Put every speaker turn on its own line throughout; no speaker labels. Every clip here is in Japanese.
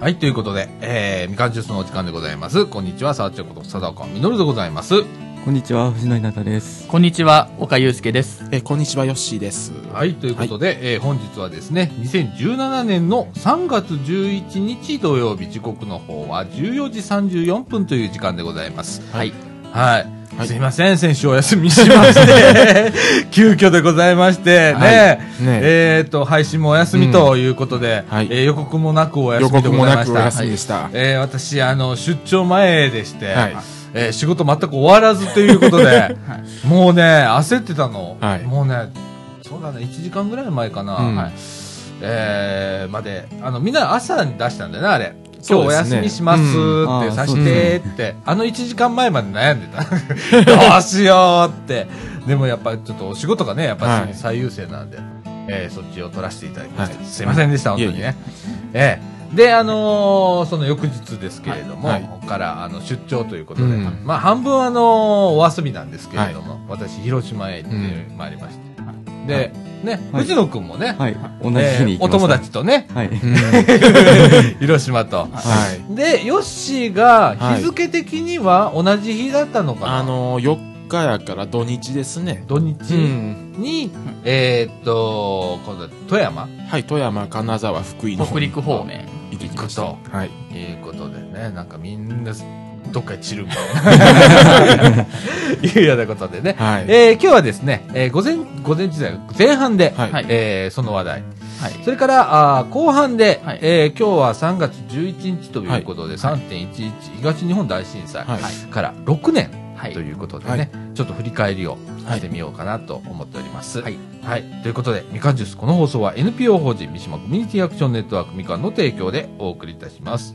はい、ということで、えー、みかんジュースのお時間でございます。こんにちは、さわちょこと、さだおかみのるでございます。
こんにちは、藤野稲田です。
こんにちは、岡祐介です。
えーこんにちは、ヨッシーです。
はい、ということで、えー本日はですね、2017年の3月11日土曜日、時刻の方は14時34分という時間でございます。
はい。
はい。
はい
すいません、先週お休みしまし て、急遽でございまして、
は
ね
いね
えーと、配信もお休みということで、
うんはい
えー予告もなくお休
予
みで
告
ご
も
ざいま
な
し
くお
た。
休みでした。
えー私、あの、出張前でして、
はい
えー仕事全く終わらずということで、もうね、焦ってたの。
はい
もうね、そうだね、1時間ぐらい前かな、
うん
はいえーまで、あの、みんな朝に出したんだよね、あれ。今
そ
日
う
お
ですね
休みしますって、
うんあー
さしてって、あの1時間前まで悩んで た。どうしようって。でもやっぱちょっとお仕事がね、やっぱ
はい
最優先なんで、えーそっちを取らせていただきました。
はい
すいませんでした、本当に
いえい
ね。ええで、あのーその翌日ですけれども、
はい
ここからあの出張ということで、
うん
まあ半分あのーお遊びなんですけれども、私、広島へ行ってまいりました。で、ね、
はい
藤野くんもね、
はい、同じ
え
日
え
に行
お
きまし
友
た。
達とね、
はい。
広島と。
はい。
で、ヨッシーが日付的には同じ日だったのかな、
あのー、4日やから土日ですね。
土日
うん。
に、えーっと、今度は富山
はい、富山、金沢、福井の方
北陸方面。
行ってきまし
行
た。
く
はい。
ということでね、なんかみんな、どっかへ散るみた いな。いうような ことでね。
はい
えー今日はですね、えー午前、午前時代、前半で、
はい
はい
えーその話題。
はい。
それから、あー後半で、
はい
えー今日は3月11日ということで、3.11東日本大震災
はい
から6年
はい
と。いうことでね、ちょっと振り返りをしてみようかなと思っております。
はい。
はい。ということで、みかんジュース、この放送は NPO 法人三島コミュニティアクションネットワークみかんの提供でお送りいたします。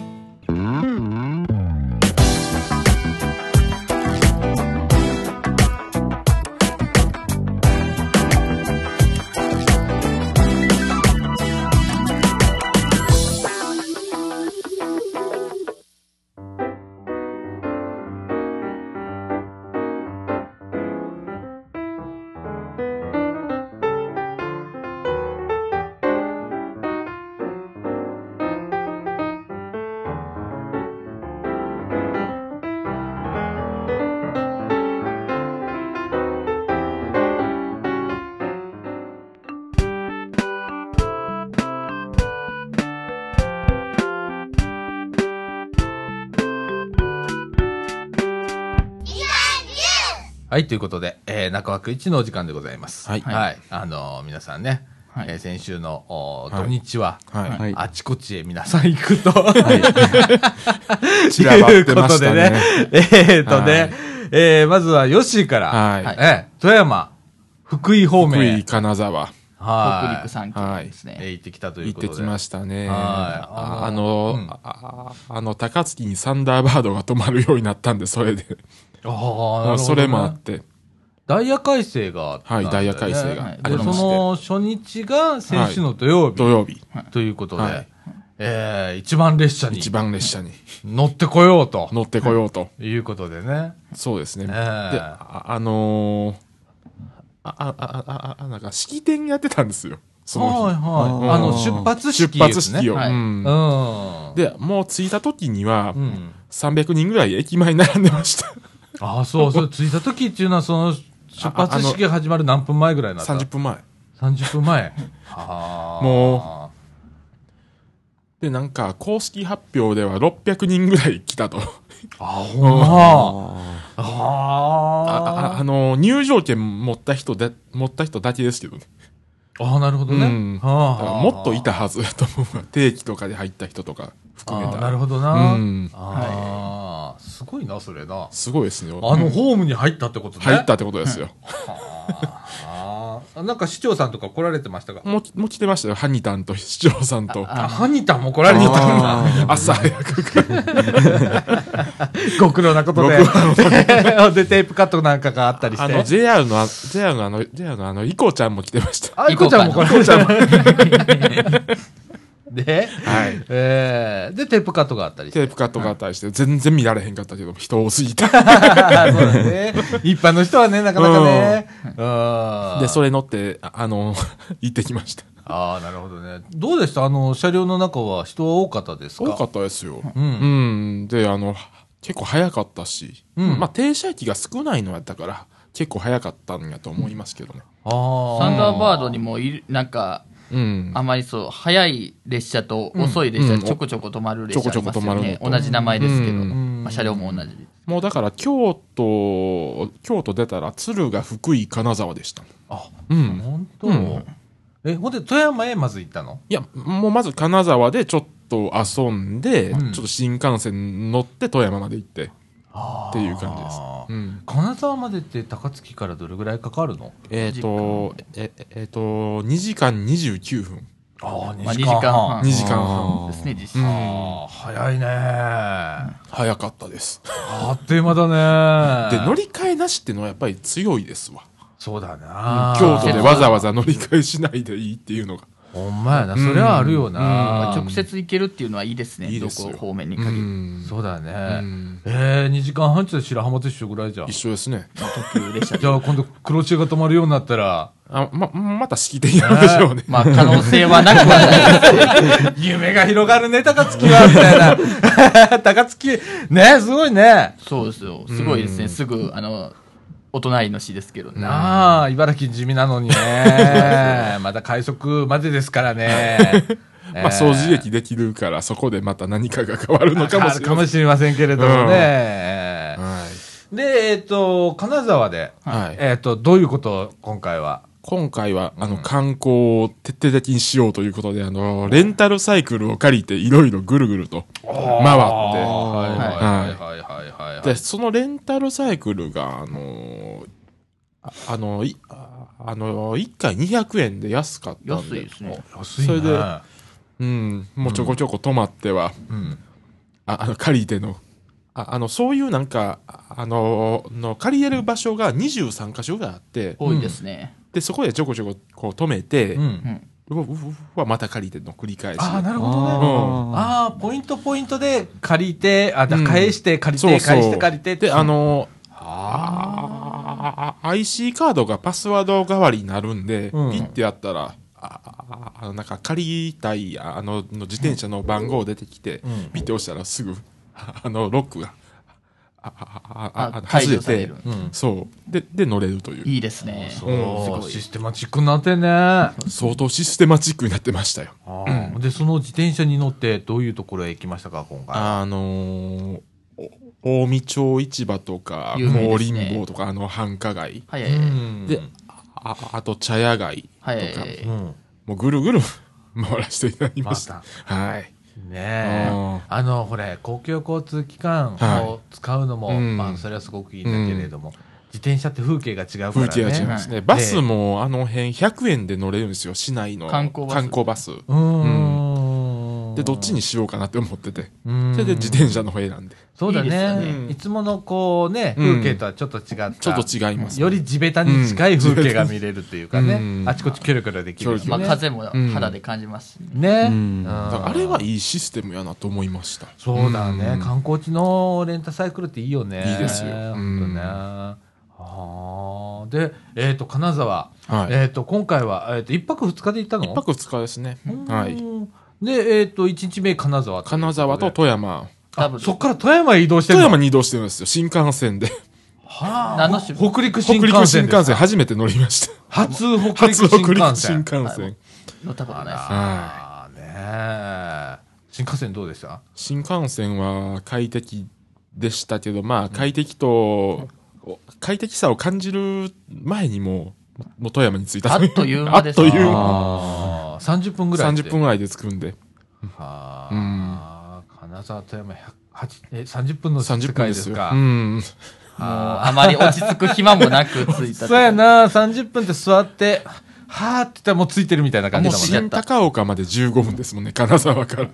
はい。ということで、えー、中枠一のお時間でございます。
はい
はい。あのー皆さんね、
はい
えー先週のおー
は
土
い
日は、
はい。
はい。
あちこちへ皆さん行くと、
散らば
とい
っ
う
て
こ
ま
と
し
で
た
ね
ね。。
えーっとね、
はい
えー、まずはヨッシーから、
はい
えー富山、福井方
福
面、
井、金沢、
は
北
い
陸三県です
えー
ね。
行ってきたとい
行
う
っ
ことで。
てきましたね。
はい
あ
あ
あ
の
の
うん、
ああの、高槻にサンダーバードが止まるようになったんで、それで。
あーなるほど
もう
ね
それもあって。
ダイヤ改正があったんだよね、
はいダイヤ改正が
あり
で、
まして
その初日が先週の土曜日
土曜日、
ということで、
はい
えー一番列車に
一番列車に
乗ってこようと
乗ってこようと。
いうことでね。
そうですね。
え
で、
え
ああのー、あ、あ、あ、あ、あ、なんか式典やってたんですよ。そ
は
の
いは
日
い。
うん
あの、出発式
出
です
発
ね。
式を。
はい
うん
うん。
で、もう着いた時には
う、ん。
300人ぐらい駅前に並んで ました。
ああ、そうそう。着いた時っていうのは、その、出発式が始まる何分前ぐらいなんだ
30分前。
30分前。 あー
もで、なんか、公式発表では600人ぐらい来たと。
あ、ほんま。あ
あ
あ
ああのー、入場券持った人だ、持った人だけですけどね。
ああ、なるほどね。
うん
はあ
だからもっといたはずだと思うわ。定期とかで入った人とか含め
あ
た
あ
ら
なるほどな。
うん
ああ、すごいな、それな。
すごいですね。
あのホームに入ったってことね。
入ったってことですよ。
ああ。なんか市長さんとか来られてましたが。
もう、もう来てましたよ。ハニタンと市長さんと。
あ、ハニタンも来られてたんだ。
朝早くから。
ご苦労なことで。で、テープカットなんかがあったり
あ
し
の、
て。
JR のあ、JR のあの、JR のあの、イコちゃんも来てました。
あ、いこちゃんも来られてた。 で、
はい。
えー、で、テープカットがあったりして。
テープカットがあったりして、全然見られへんかったけど、人多すぎた。
あーそうだね。一般の人はね、なかなかね。うん。
で、それ乗って、ああの、行ってきました。
ああ、なるほどね。どうでしたあの、車両の中は人は多かったですか
多か
っ
ったですよ。
た。うん。
うん。で、あの、結構早かったし、
うん
まあ停車駅が少ないのやったから、結構早かったんやと思いますけどね。
あー
サンダーバードにもいる、なんか、
うん。
あまりそう、早い列車と遅い列車、ちょこちょこ止まる列車あります
ちょこちょこ止
よ
まる
ね
の。と
同じ名前ですけど、
ん
まあ車両も同じ。
もうだから京都、京都出たら敦賀、福井、金沢でした。
あ、
うん。
本当、
うん
え、ほんで、富山へまず行ったの
いや、もうまず金沢でちょっと遊んで、
うん
ちょっと新幹線乗って富山まで行って、っていう感じです
あ。ー
うん。
金沢までって高槻からどれぐらいかかるの
えっ、と、えっ、えーと、2時間29分。
ああ、
まあ、2時間半。
2時間半。
あ
ですね、実
う
際。
ん。
ああ、早いねー。
早かったです。
あっという間だね
で、
ー。
乗り換えなしってのはやっぱり強いですわ。
そうだなー。
京都でわざわざ乗り換えしないでいいっていうのが。
ほんまやな。それはあるよな
まあ
ー。
直接行けるっていうのはいいですね、
いいで
ど
すよ
こ方面に
う
限り。
ん。
そうだね
う
ー。
ん
えー、2時間半って言ったら白浜と一緒ぐらいじゃん。
一緒ですね。
特急列車
じゃあ今度黒潮が止まるようになったら、
あ、ま、また式典やるでしょうね。
まあ、可能性はなくは ない。
夢が広がるね、高槻 は、みたいな。高槻、ね、すごいね。
そうですよ。すごいですね。すぐ、あの、お隣の市ですけどね。
なあ、茨城地味なのに ね。まだ快速までですからね。
まあ、掃除駅できるから、そこでまた何かが変わるのかもしれ
か
ない。
もしれませんけれども
うん
ね。
はい。
で、えっ、と、金沢で、
はい
えっ、と、どういうことを今回は。
今回は、あの、観光を徹底的にしようということで、あの、レンタルサイクルを借りて、いろいろぐるぐると回って、
はい
は
はいはいはいはい
い。で、
は
そのレンタルサイクルが、あの、ああの、いああの、1回200円で安かったん
安
で。
いですね。
い。安いね。
それでうん。もうちょこちょこ泊まっては、
うん。
ああの、借りての。ああの、そういうなんか、あの、の借りれる場所が23箇所ぐらいあって、
多いですね。
で、そこでちょこちょここう止めて、
う。
うんわうわうわまた借りての繰り返し。
ああ、なるほどね。
あ
ああ、ポイントポイントで借りて、あ、だ
うん
返して借りて、
そうそう
返して借りてって。
で、あ、の、
あ
ああ IC カードがパスワード代わりになるんで、
うん
ピッてやったら、あああのなんか借りたいあのの自転車の番号出てきて、
うん
ピッて押したらすぐ、ああの、ロックが、あああああ
あ
の
解
外れ
除され
て
る、
ん
そう。で、で、乗れるという。
いいです
あ。
ね。
うん
す
そう、
ごい
システマチックになってんね。あ
相当システマチックになってましたよ。
ーで、その自転車に乗って、どういうところへ行きましたか、今回。
あのー、お近江町市場とか、
有名
高
ですね
林坊とか、あの繁華街。
早
う
い。
ん
で、ああと茶屋街。
早
う
い。
ん。
もうぐるぐる 回らせていただきました。
ま
はい。
ねえ
うん。
あの、ほれ、公共交通機関
は
を使うのも、
うん
まあ、それはすごくいいんだけれども、自転車って風景が違うから
風
ね。
景が違いますね。バスもあの辺100円で乗れるんですよ、市内の
観光バス
バス
うーん。
で、どっちにしようかなって思ってて。
うん
それで自転車の方選んで。
そうだ
いいですよ
ね
ね
いつものこうね、
うん
風景とはちょっと違った。
ちょっと違いますね
より地べたに近い風景が
うん
見れるというかね、
うん
あちこちキョロキョロできるし、ね。
まあ、風も肌で感じますし
ね、
う
ね。
ん
うん
だからあれはいいシステムやなと思いました。
そうだね、
うん
観光地のレンタサイクルっていいよね。
いいですよ
ほ
うんん
とね。ああ。で、えっ、と、金沢。
はい。
えっ、と、今回は、えっ、と、一泊二日で行ったの
一泊二日ですね。は。
う
い。
ーんで、えっ、と、一日目金沢ということで。
金沢と富山。
ダ
あ
ブル
そっから富山へ移動してるの
富山に移動してるんですよ、新幹線で。
はあ
何の種
北陸
北
新
陸
幹
新
線ですか。
幹線初めて乗りました。
初北陸
初
新
北陸
幹
新
線。
幹線。
乗ったことないです。
あーねえ新幹線どうでした
新幹線は快適でしたけど、まあ快適と、お快適さを感じる前にもう、もう富山に着いた。
あっという間です
あ
ね
っという間。
あー30分ぐらいで
30分ぐらいで着くんで。
はあ、金沢富山100 8え30分の世界
30分
で
です
す
よ。
か
うん。
もう、あまり落ち着く暇もなく着いた。
そう や。な30分って座ってはあって言ったらもうついてるみたいな感じ
も
だ
う
もんね
新高岡まで15分ですもんね、金沢から。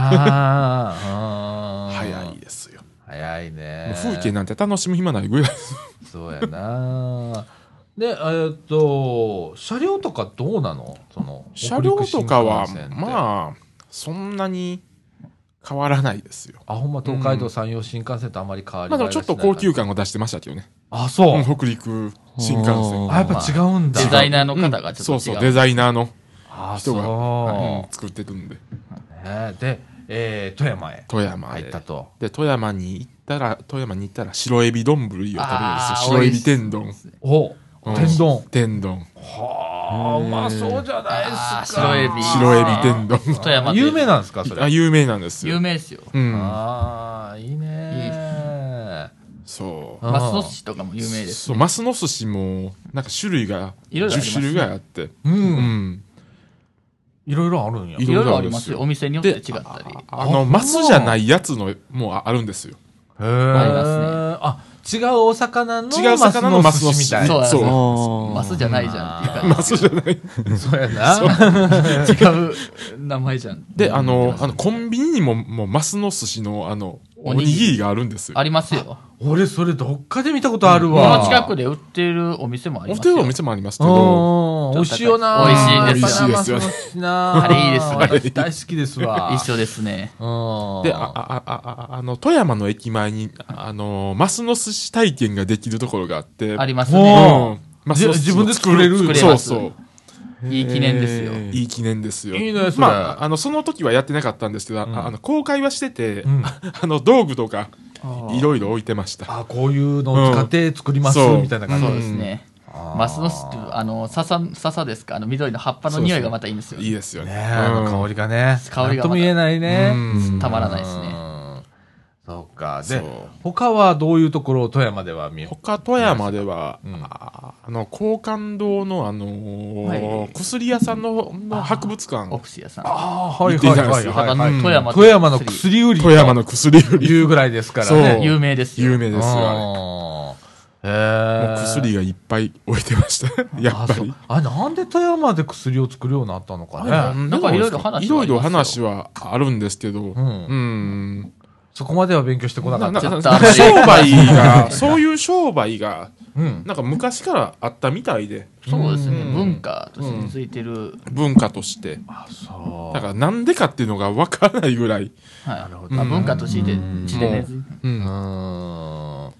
なあうん
早いですよ。
早いね
もう風景なんて楽しむ暇ないぐらいです。
そうやなでえーっと車両とかどうなのその
車両とかは、
あ
まあ、そんなに変わらないですよ。
あほんま東海道山陽新幹線とあんまり変わり
まあでも
映え
ちょ
は
っ
しな
と
い
高級感を出してましたけどね。
あそう、
うん北陸新幹線
おー。
あやっぱ違うんだ
デザイナーの方がちょっと違う。
そうそう、デザイナーの。
あああ、そ
人
う
が、はい
ね
作ってるんで
え。で、えー富山へ
富山
入
で
ったと。
で富山に行ったら富山に行ったら白エビ丼を食べるんですよ
あー
白エビ天丼
お
うん
天丼。
天丼
はあ、うまそうじゃない
あー
ですか。
白エビ。
白エビ天丼
富山という
有名なんですか、それ。
あ有名なんですよ
有名ですよ。
うん
ああ、いいね
そう
あー
マスの寿司とかも有名です。
そうマスの寿司もなんか種類が
いろいろありますね
10種類ぐらいあって
う。
うんん
いろいろあるんや。
い
いろいろありますよ。お店によって違ったり。
あのマスじゃないやつのもああるんですよ
へー
ありますね
あ、違うお魚の
違う魚のマスの寿司
マスの寿司みたい。
そうだ
そう
あ
マスじゃないじゃんっていうか、
マスじゃない
そうやな。
違う名前じゃん。
であのあのコンビニにももうマスの寿司のあのおにぎりがあるんですよ
ありますよ。
俺、それどっかで見たことある
こ
わ。
の近くで売ってるお店もあり
お
ますよ。
手のお店もありますけど
うん美味しいよな。
美味しいです
美味しいですよね
すな。
あれいいですね
あれ大好きですわ。
一緒ですね。
緒
で、あ、あ、、あ、あああの、富山の駅前に、あの、マスの寿司体験ができるところがあって、
あります
う
お
ね。
ー
ん。マスの寿司
じ自分で作れる
作
作
れ
そう
ます
そ
いい記念ですよ。
う。いい記念ですよ。
いいねそれ
まあ、あの、その時はやってなかったんですけど、ああの、公開はしてて、
ん
あの、道具とか、いろいろ置いてました。
あ、こういうのを使って作ります、
うんそう
みたいな感じ
そう
で。
ですすね。
あー
マスのスあの、笹、笹ですかあの、緑の葉っぱの匂いがまたいいんですよ。
いいですよね。
ねえ、あ
うん
の香りがね。
香
な
りがまだ
んとも言えないね。
うん
たまらないですね。
ね。そうか。で
そう、
他はどういうところを富山では見
他、富山では、
うん
ああの、高官堂の、あのー
はい
薬屋さんのの博物
オ
館、
プス屋さん。
ああ、はいはい
行ってみたいで
は
す
い
よ
はい
た
は
だ
い。
富山
富山の薬売り。
富山の薬売り、
いうぐらいですから
そう
ね。
の
有名ですよ。
有名ですよ、あれ。
あーへ
もう
え。
薬がいっぱい置いてました。やっぱり。
あそうあなんで富山で薬を作るようになったのか
な
ね。
ん
なんかいろいろ話はあります
い
よ
ろいろ話はあるんですけど、うんん。
そこまでは勉強してこなか
な
っ
な
た。
ちょ
な
っ
ん
とあんま
か
り
商売が、そういう商売が、
うん。
なんか昔からあったみたいで、
そうですね。文化として根付いてる。
文化として。
あ、そ
だからなんでかっていうのがわからないぐらい。
はい。まあ文化として、地で根付いて
う。
う。うんん。面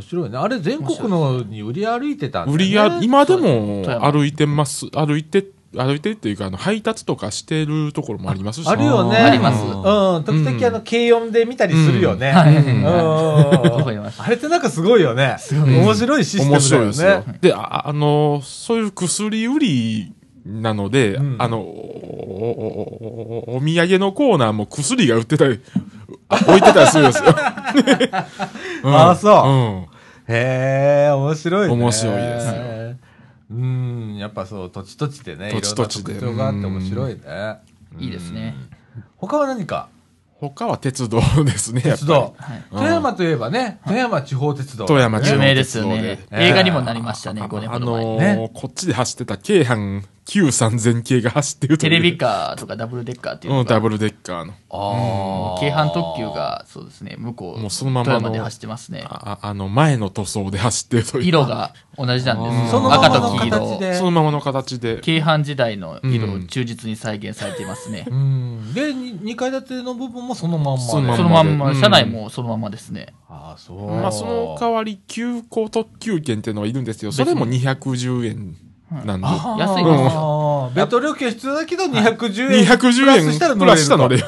白いね。あれ、全国のに売り歩いてたんだよ
売
ね。
りや、今でも
富山
歩いてます、歩いて、歩いてっていうか、あの、配達とかしてるところもありますし。
あるよね。
あります
うん。時々、あの、軽音で見たりするよね。
はい
うん
かりまし
あれってなんかすごいよね。面白いシステムだよね。
面白いですよ。で、ああの、そういう薬売りなので、
ん
あの、おおおおお土産のコーナーも薬が売ってたり、置いてたりするんです よ。うん
ああそう
うん。
へえ、面白いね。
面白いですよ
うん、やっぱそう、土地土地でね、いろん
土
な
地
特
土地で
徴があって面白いね。
いいですね。
他は何か
他は鉄道ですね、やっぱり
鉄道
はい。
富山といえばね、富山地方鉄道。
富山地
有
方
名ですよね
鉄。道
で
映画にもなりましたね、
あ
5年
あ
ほど前。
の
ね
こっちで走ってた京阪93000系が走ってるとい
テ
う
レビカーとかダブルデッカーっていう
う
の
ん、ダ
が、
ブルデッカーの。
ああ。
京阪特急が、そうですね、向こう、
もうそのままの
富山で走ってますね。
あああの、前の塗装で走ってるという。
色が同じなんです
その
よ。
まま
赤
の
と黄
形
色。
で。
そのままの形で。
京阪時代の色を忠実に再現されていますね。
うん。で、2階建ての部分もそのまんまで。
そのまん
そのまんま、車内もそのままですね。
ああ、そう。
まあ、その代わり、急行特急券っていうのはいるんですけど、それも210円なんで。
あー
安いです
あーベッド料金必要だけど210円。
210円プラスしたので、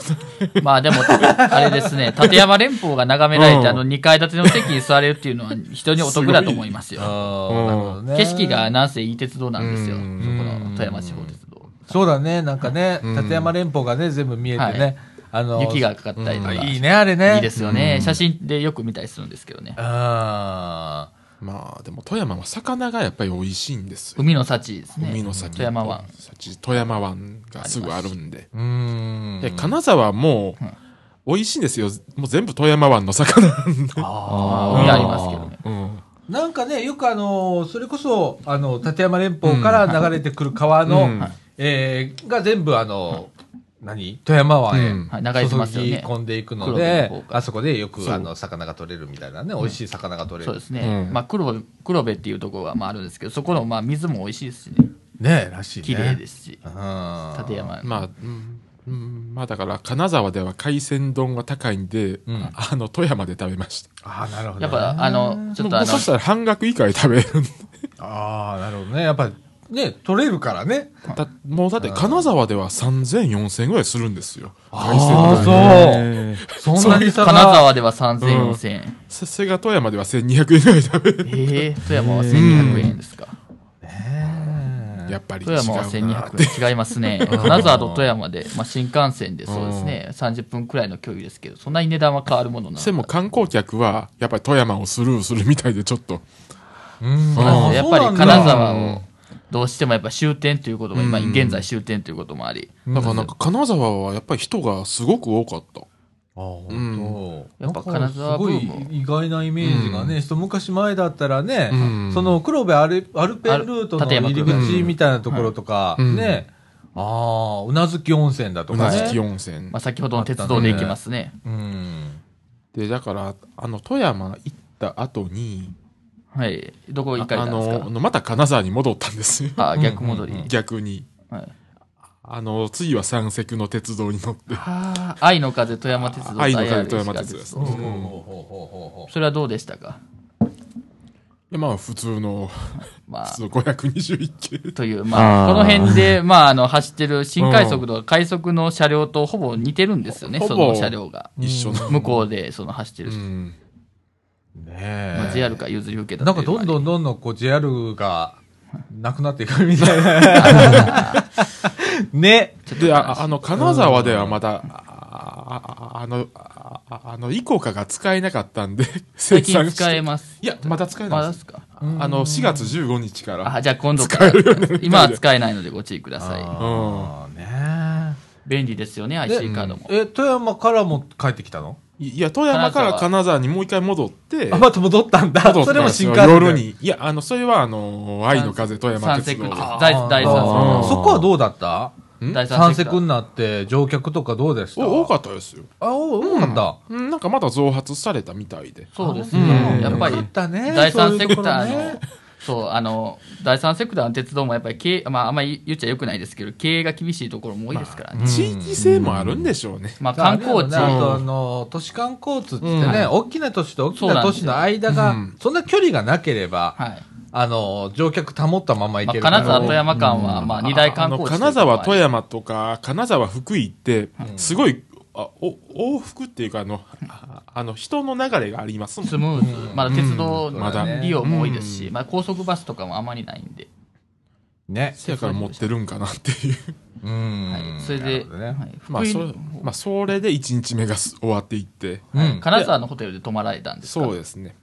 まあでも、あれですね、立山連峰が眺められ
うん
て、あの2階建ての席に座れるっていうのは、非常にお得だと思いますよ。
あ
う
ー
ん
なるほどね
景色がなんせいい鉄道なんですよ。
う
そこ
ん
の富山地方鉄道。
そうだね、なんかね、
うん
立山連峰がね、全部見えて
は
ね
い。
あの、
雪がかかったりとか。
いいね、あれね。
いいですよね。写真でよく見たりするんですけどね。
あ
まあ、でも富山は魚がやっぱり美味しいんですよ。
海の幸ですね。
海の先。
富山湾。
幸。富山湾がすぐあるんで。
ーうーん。
で、金沢も美味しいんですよ。もう全部富山湾の魚なんで。
あ
海ありますけどね。
うん
ーなんかね、よくあのー、それこそ、あの、立山連峰から流れてくる川の、
うんはい
えーが全部あの、何富山湾へ、
うん
はい流れてますよね
注ぎ込んでいくの
黒部
で
の方、が
あそこでよく
そう
あの、魚が取れるみたいなね、美味しい魚が取れ
そう
る
で。すね。
うん
まあ黒部、黒部っていうところがまああるんですけど、そこのまあ水も美味しいですしね。
ねえ、らしいね。
綺麗ですし。
うん。
立山。
まあ、うんうんまあだから、金沢では海鮮丼が高いんで、
ん
あの、富山で食べました。
ああ、なるほど、
やっ
ね。
ぱあの、ちょっ
も
とあ
う
の
そ、したら半額以下で食べるんで。
ああ、なるほどね。やっぱ、ね、取れるからね。
だもうだって金沢では3000、4000ぐらいするんですよ。海鮮
あ
丼
ー
えー
そう。そんなに差
金
が
沢では3000、4000円。
せ瀬賀富山では1200円ぐらい食べる。
ええ富山は1200円ですか。
やっぱり違う
富
な
山は1200円。違い ますね。金沢と富山で、まあ、新幹線でそうですね、30分くらいの距離ですけど、そんなに値段は変わるものな
で
の
も観光客はやっぱり富山をスルーするみたいでちょっと。
うん
か。やっぱり金
あ
沢
ー
を、どうしてもやっぱ終点ということも、今現在終点ということもあり、
だからなんか金沢はやっぱり人がすごく多かった。
そう
う
なんだ。あ
ん
ー、
やっぱ
本当なんか
金沢ブーム
すごい意外なイメージがね、一昔前だったらね
うん、
その黒部アルアルペンルートの
立山
入り
黒部
口みたいなところとか、
うん
ね、ああ、うなずき温泉だと
う
か
な
ね。
ずき温泉
まあ、。先ほどの鉄道で行きますね。
うん。
で、だから、あの、富山行った後に、
はい。どこ
あ
行かれたんです
の、また金沢に戻ったんですよ。
かああ、逆戻り。
うんうんうん
逆に。
はい、
あの、次は三石の鉄道に乗って。
あ愛の風富山鉄道
愛の風
IR
富山鉄道で
石
す
川
うん
それはどうでしたか
でまあ、普通の、
ま
普
あ
通、の521系。
という、まあ、
あー
この辺 で、まあ、あの、走ってる新快速とか快速の車両とほぼ似てるんですよね、
ほ
そ
ぼ
の車両が。
一緒の。
向こうで、その走ってる、
うん。
ね
まあ、
え。
JR から譲り受けた
なん
と
か
いうの
ど
もあ
ん
り
どんどんどんこう JR がなくなっていくみたいな。 ね。
で、ああの、金沢ではまだ、あああの、ああの、イコカが使えなかったんで、
最
生
近使え
ま
ます。
いや、まだ使え
ま
ない
だ
で。
ですすか
あの、4月15日から。
あ、じゃあ今度から。今は使えないのでご注意ください。
ああ、ね
便利ですよね、
で
IC カードも。
え。え、富山からも帰ってきたの
いや、富山から金沢にもう一回戻って、
あ、また戻ったんだ。
戻った
そ
ん
れも
です
新
よ
幹線。
夜。に。いや、あの、それはあの、愛の風富山
三
鉄
セク
道。
あ
第
第
三
第三
あー
そこはどうだった
ん
第三
三
セ
セ
ク
ク
ター
になって乗客とかどうでした
お多か
っ
ったですよ。
た。あ、お多かった。
うんなんかまだ増発されたみたいで。
そうです
う
ね。
ん
やっぱ
よか
り、
たね
第三セク
そ
タ
ういうところ
ー
ね
の、そう、あの、第三セクターの鉄道もやっぱり経営、まあ、あんまり言っちゃよくないですけど、経営が厳しいところも多いですからね。
地域性もあるんでしょうね。
まあ、観光地
あれだよねあとあ
と、
の、都市間交通って
うんは
ね、
い
大きな都市と大きな都市の間
そうな
が
んですよ、
そんな距離がなければ、
はい。
あの、乗客保ったまま行
まあ、
ける
金
から。
沢、富山間は、まあ、二大観光地ということも
あの
あ
金
り。
沢、富山とか、金沢、福井って、すごい、あお往復っていうか、あの、ああの、人の流れがありますもん
スムーズ。まだ鉄道
まだ
利用も多いですし、まあ、高速バスとかもあまりないんで。
ね。
せやから持ってるんかなっていう。
うん。
はい。それ
なる
で、
ほどね
はい
まあ、
福井
それ、まあ、それで1日目がす終わっていって。
うん。
金沢のホテルで泊まられたんですか
そうですね。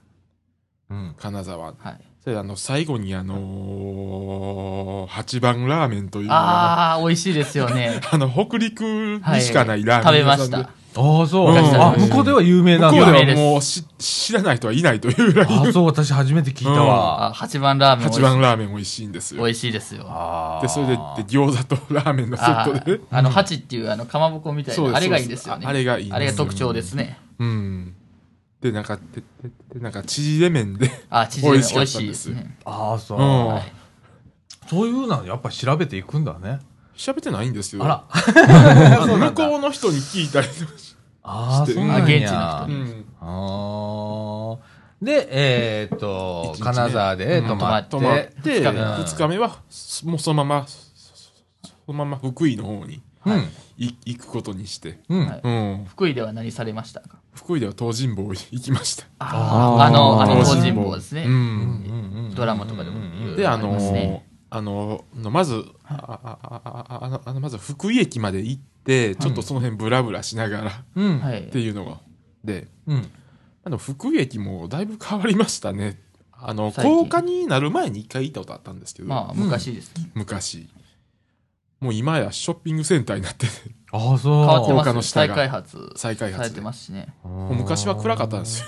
うん
金沢。
はい。
それであの、最後にあのー、八番ラーメンというのが
ああ、美味しいですよ ね。
あの、北陸に
はい。
しかないラー
食
メン
べま
屋さ
し
んで。
た。
ああ、そう。
うん
あ、向こうでは有名なん
向
だ。
こ
有名
うで
で
は
す
もう知知らない人はいないというぐらい、
ああ、そう、私初めて聞いたわ。
あ、8番ラーメン美味
八
しい。
番ラーメン美味しいんですよ
美。味しいですよ。
ああ。
で、それで、で餃子とラーメンのセ
あ
ットで
ー。あの、ハチっていう、あの、かまぼこみたい
そうで
な、
す
あれがいいですよね。
そうですああれがいいです
あれが特徴ですね。
うん。で、なんか、で、ででなんか、縮れ麺で。
あ、チヂミ美味
美味しかった
しい
ん
で
ですす
ね。
ああ、そう
うん。
はい。そういうのはやっぱ調べていくんだね。
喋ってないんですけど。
あ ら。
あの向こうの人に聞いたりとかし
ああ、そう
あ
なんや。
現地の人
て。
に
ん。
あーで、えーっと、
一日ね
金沢で泊まって、
泊まって、
二日目
二日目は、すもうそのまま、そそのまま福井の方に
うん、
い行くことにして。
うん、
はい
うん。
福井では何されましたか
福井では東尋坊行きました。
あ
ー
あの、あの、
東
東
尋
尋
坊
坊です
う
ね。
ん。
うんうんうん
ドラマとかでも。
で、あの
ります
ー
ね、
あのー、まず、あああああの、あの、まず福井駅まで行って、ちょっとその辺ブラブラしながらっ
うん、
は
て
い。
いうのが、で、
うん、
あの、福井駅もだいぶ変わりましたね。あの、
最近
高架になる前に一回行ったことあったんですけど、
まあ、昔です。
昔。もう今やショッピングセンターになってて、
ああ、そう。
変わって
高架
ま
の
す。
下
再
が
開発
再開
され
発
て
で。
ますしね。
もう昔は暗かったんですよ。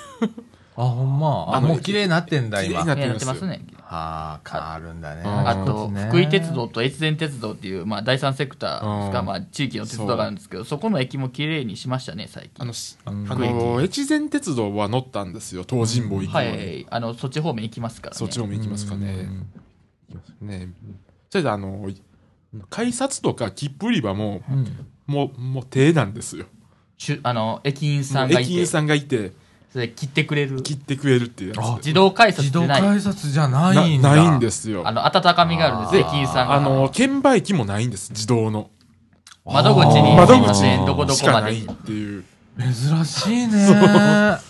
あ、ほんま。あ、
あの
もう綺麗になってんだ、
綺麗
今
に。なっ
ね
て
やっ
ま
て
す
ますね。
ああ、変わるんだね。
うん
あ
な
と、福井鉄道と越前鉄道っていう、まあ、第三セクターですか、
うん
まあ、地域の鉄道があるんですけど、そこの駅も綺麗にしましたね、最近
あ。の、しあ
ん
の、越前鉄道は乗ったんですよ、東尋坊行く
は
の
い
に。
はい、あの、そっち方面行きますからね。
そっちも行きますか
う
ね
ん。
行きますね。それであの、い改札とか切符売り場も、もう、もう手なんですよ。
ちゅあの、駅員さんがいて。
駅員さんがいて、
それ切ってくれる。
切ってくれるっていうやつ
自動改札っ
自動
てない。
改札じゃないん
な
だ。
ないんですよ
あの、温かみがあるんです、
あー
駅員さんが。
あの券売機もないんです自動の
窓口
あ
に、
ー
窓口
すいませんどこど
し
こ
か
ま
な
で
い。っていう
珍しいね。
は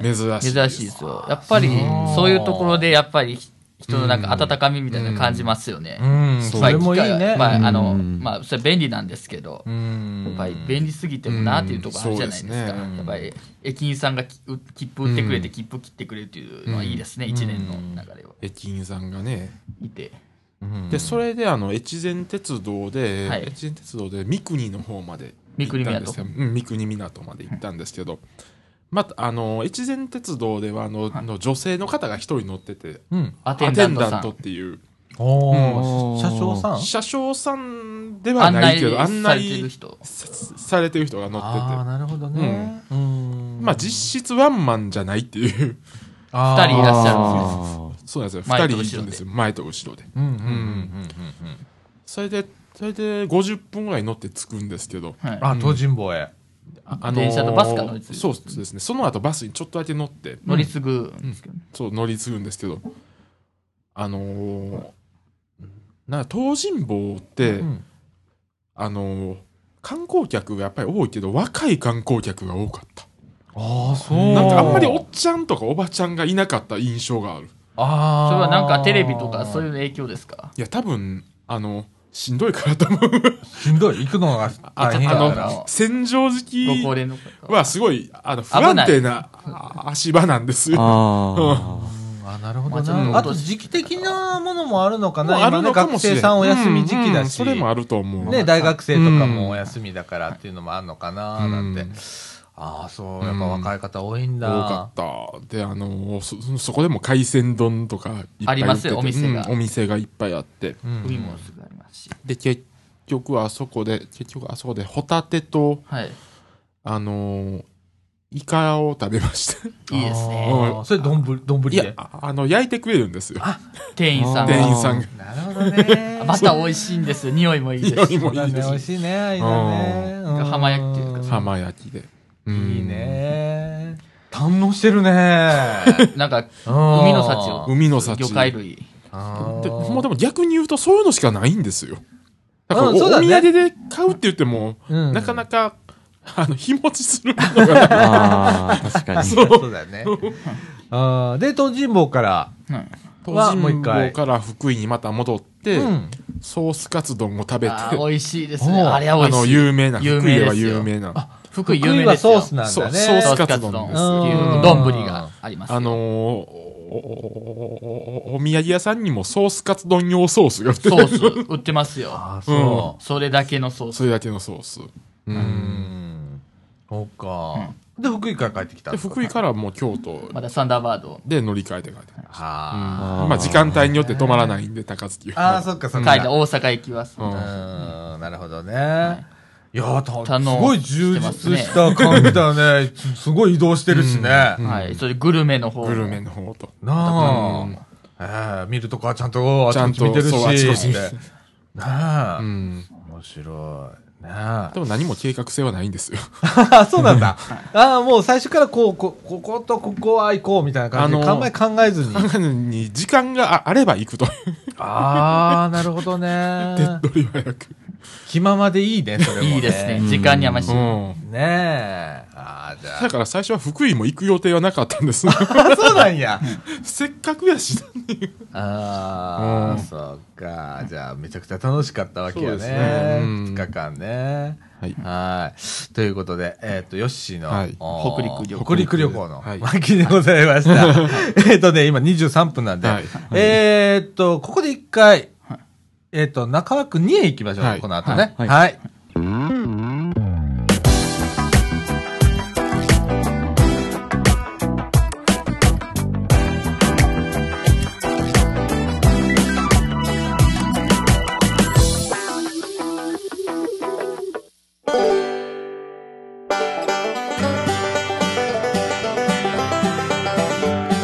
い
珍しいです
珍しいですよ。やっぱり、そういうところで、やっぱり、人のなんか温かみみたいなの感じますよね。
うん、それもいいね。
まあ、あの、
うん
まあ、それ便利なんですけど、
う
や
ん
っぱり便利すぎてもなっていうところあるじゃないですか。
うん
や
そうですね
っぱり、駅員さんがきう切符売ってくれて、
う
切符切ってくれるっていうのはいいですね、一年の流れを
駅員さんがね
見て。
でそれであの越前鉄道で、
はい
越前鉄道で三国の方まで
三国港
行ったんですようん三国港まで行ったんですけど、またあの越前鉄道ではあの、の女性の方が一人乗ってて
うん。
ア
ア
テ
テ
ン
ン
ダントさ
ダントっ
ん。
ていう
お
う
ー
ん
車掌さん
車掌さんでは
案
ない
内
けど案
されて
内
る人。
さされてる人が乗
ああ、
ってて
なるほどね。うん。
まあ実質ワンマンじゃないっていう
あ
二人いらっしゃる
あ
そうなんですよ
前と
2人いるんですよ前と後ろで
うんうんうんうん
それでそれで50分ぐらい乗って着くんですけど
はい
あ、東尋坊へ。
あ
電車とバスか乗り継いで
そうですねその後バスにちょっとだけ乗って
乗り継ぐんですけどね。
そう乗り継ぐんですけどあのーなんか東尋坊って、
うん
あのー観光客がやっぱり多いけど若い観光客が多かった
ああ、そう。
なんかあんまりおっちゃんとかおばちゃんがいなかった印象がある
ああ。
それはなんかテレビとかそういう
う。
の影響ですか
いや多分あのしんどいから多分
しんどい。行くのが
あ
大変やから。
の戦場時期
ご高齢の方
はすごいあの不安定なあ足場なんです
あ。ああ。
あなるほ
まあ
ど
ちょっと
な。あと時期的なものもあるのか
もう
な。今ね、学生さんお休み時期
うんう
だ
ん
し。
それもあると思う。
ね、大学生とかもお休みだからっていうのもあるのかな、なんて。
うん
ああ、そう、やっぱ若い方多いん
多
だ。
かった。で、あの、そ、そこでも海鮮丼とかいっぱい
ありますよ
売ってて
お店が
うんお店がいっぱいあって。
うん
海もすぐありますし。
で、結局あそこで、結局あそこでホタテと、
はい。
あの、イカを食べました。
いいです
あ
ね。
ーそれ、丼ぶり、丼ぶ
い
り
や
で、。
ああの、焼いてくれるんですよ。
店員さん
あー
店
が。
員さんが。
なるほどね。
また美味しいんですよ。匂いもいいですし。
匂いも
だね、美
いいで
味
す
しいね、間ね。うん
浜焼きっていうか
浜焼きで。うん
いい。ね。堪能してるね。
なんか、
うん
海の幸を。
海の幸
魚介類。
あ
で
ー
もうでも逆に言うとそういうのしかないんですよ。だからお,、
うんそうだね
土産で買うって言っても、
うん
なかなかあの日持ちするものが
ああ、確かに。
そうだよね。あーで、東尋坊から、
うん
はもう一回
東尋坊から福井にまた戻って、
うん
ソースカツ丼を食べて
あー
あ
美味しいです
お
ね。
う
あれは美味
の
しい。
有名な
有
福井
名
で
で
は
すよ
有名なあ
福井
福
有
井
名
は
ですよ。
ソースなん
そ
だ
う
ね。
ソ
ソ
ース
ースカ
カ
ツ
ツ
丼
丼
っ
で
て
す
う
い
ん
う丼がありますよ。
あのーおおおおお土産屋さんにもソースカツ丼用ソースが売って
ソ
る
ース売ってますよ。
あーそう。
それだけのソース。
それだけのソース
うん。そうか。で、福井から帰ってきたん
で
ですか
福井からもう京都
まだサンダーバード。
で乗り換えて帰って
は
あー
まあ時間帯によって止まらないんで、高槻
あ。あ
は。
あ、そっかそっ
帰って
か。
大阪行きます。
う
うん
ーん、なるほどね。いやーた、
堪
す
能
ごい充実した感じだね。す すごい移動してるしね。な
はい。それでグルメの方も。
グルメの方と。
あ。ええ見るとこはちゃんとあちこち見てるし。
ちゃんとそうあちこち見て
ねあ
う。ん。
面白い。ねあ
でも何も計画性はないんですよ。
あ、 そうなんだ。ああ、もう最初からこう、こ、こことここは行こうみたいな感じで、
あ
考
の
え考えずに。
なのに、時間がああれば行くと。
ああ、なるほどね。
手っ取り早く。
暇までいいね、それも、ね。
いいですね。。時間にあまし。
うん。
ねえ。ああ、じゃ
だから最初は福井も行く予定はなかったんです。
あ。そうなんや。
せっかくやし。
ああ、
うん
そうか。じゃあ、めちゃくちゃ楽しかったわけや
そ
ね。
うですねうん
2日間ね。
はい
はい。ということで、えっ、と、ヨッシーの、
はい
お
北陸旅行
北陸旅行の
はい
巻きでございました。 えっとね、今23分なんで、
はい
えっと、ここで一回、えっと、中川区2へ行きましょう。
はい
この後ね。
はい
はい
「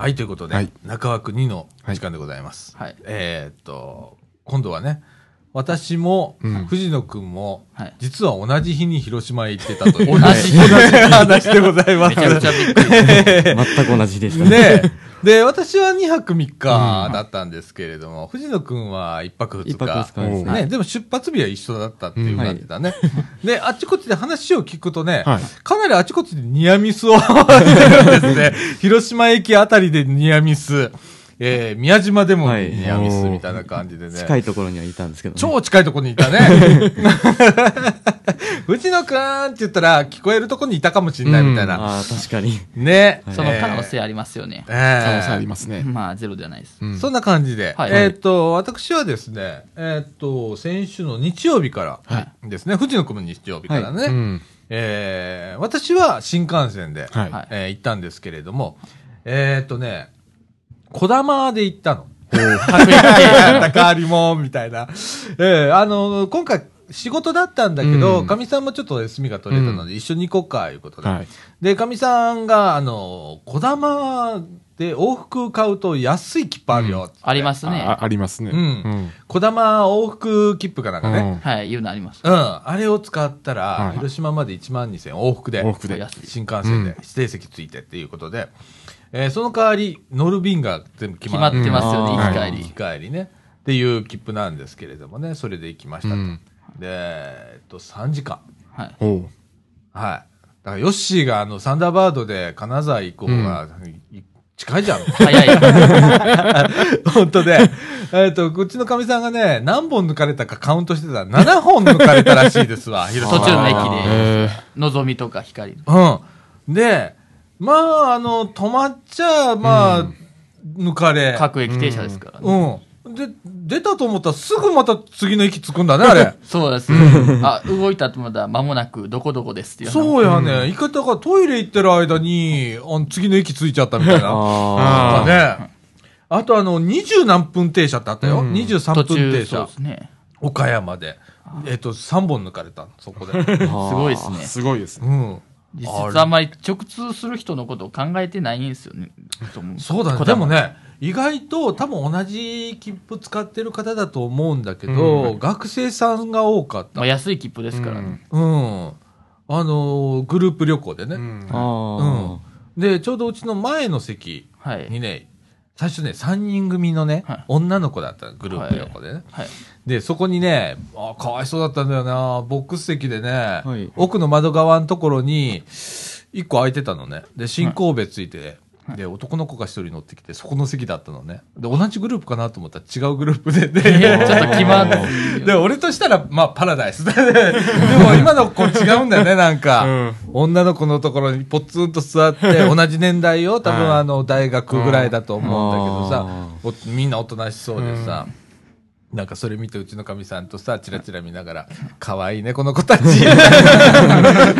はい、ということで、
はい
中枠2の時間でございます。
はい
えーっと、今度はね、私も、
うん
藤野くんも、
はい
実は同じ日に広島へ行ってたという
同じ日
同話でございます。
めちゃめちゃびっくり。
全く同じでしたね。
ねえ。で、私は2泊3日だったんですけれども、藤野くんは1泊2日。
一泊二日です
は
ね。
ね、でも出発日は一緒だったっていう感じだね。で、あっちこっちで話を聞くとね、
はい
かなりあちこちでニアミスを してるんですね。広島駅あたりでニアミス、えー、宮島でも
はい
ニアミスみたいな感じでね。
近いところにはいたんですけどね。
超近いとこにいたね。 藤野くんって言ったら聞こえるとこにいたかもしれないみたいな。
ああ、確かに。
ね。
その可能性ありますよね。
えー
可能性ありますね。
まあ、ゼロではないです。
うん
そんな感じで、
はい
えーっ、と、私はですね、えーっ、と、先週の日曜日からですね、藤野君の日曜日からね、
うん
えー私は新幹線で、
はい
はい
えー行ったんですけれども、えーっ、とね、こだまで行ったの。高ありも、みたいな。えーあの今回、仕事だったんだけど、
うん
かみ、さんもちょっと休みが取れたので、一緒に行こうか、いうことで。
はい。
で、かみさんが、あの、こだまで往復買うと安い切符あるよ、つって
ありますね
あ。ありますね。
うんこだま往復切符かなんか
う
ね。
ん
はい、いうのあります
う。ん。あれを使った
は
ら、
い
広島まで1万2000往復で
往、復で。
安い
新幹線で指定席ついてっていうことで、えーその代わり乗る便が全部決
決
ま
まっ
ってて
ますよね、
うん
行き
は
帰
行
り
き。帰りね。っていう切符なんですけれどもね、それで行きましたと。
うん
で、えっと、3時間。
はい。
お
はい。
う
だから、ヨッシーがあの、サンダーバードで金沢行こうが、い近いじゃん。
早い。
本当で、えっと、こっちのかみさんがね、何本抜かれたかカウントしてたら、7本抜かれたらしいですわ、途
途中の駅で
え
のぞみとか光。
うん。で、まあ、あの、止まっちゃ、まあ、抜かれ。
各駅停車ですからね。
うん。で、出たと思ったらすぐまた次の駅着くんだね、あれ。
そうです。あ、動いたとまだ間もなく、どこどこですっていう。
そうやね。行き方がトイレ行ってる間に、あの次の駅着いちゃったみたいな。
あ
あね。あとあの、二十何分停車ってあったよ。
うん
二十三
途
分
中、
停
そ
車
うで。すね。
岡山で。えっ、と、3本抜かれたのそこで。
あ。す
すごいです
え
ね。
すごいですね。
うん。
実質あんまり直通する人のことを考えてないんですよね。と思
そうだね。
こ
で
だ
も
ま
ね、意外と多分同じ切符使ってる方だと思うんだけど、
うん
学生さんが多かった。
まあ、
うん。
安い切符ですからね。
あのーグループ旅行でね、
うん
あ
で、ちょうどうちの前の席
はい。
にね、最初ね、3人組のね、
はい
女の子だったのグループ旅行でね。
はい。
で、そこにね、あかわいそうだったんだよな、ボックス席でね、
はい
奥の窓側のところに、一個空いてたのね。で、新神戸ついて、で、男の子が一人乗ってきて、そこの席だったのね。で、同じグループかなと思ったら違うグループで、で、
ちょっと決まって。
で、俺としたら、まあ、パラダイス だね。でも、今の子違うんだよね、なんか。
うん
女の子のところにポツンと座って、同じ年代よ。多分、
はい
あの、大学ぐらいだと思うんだ
うん
けどさ、おみんなおとなしそうでさ、なんかそれ見てうちのかみさんとさ、チラチラ見ながら、可愛いね、この子たち。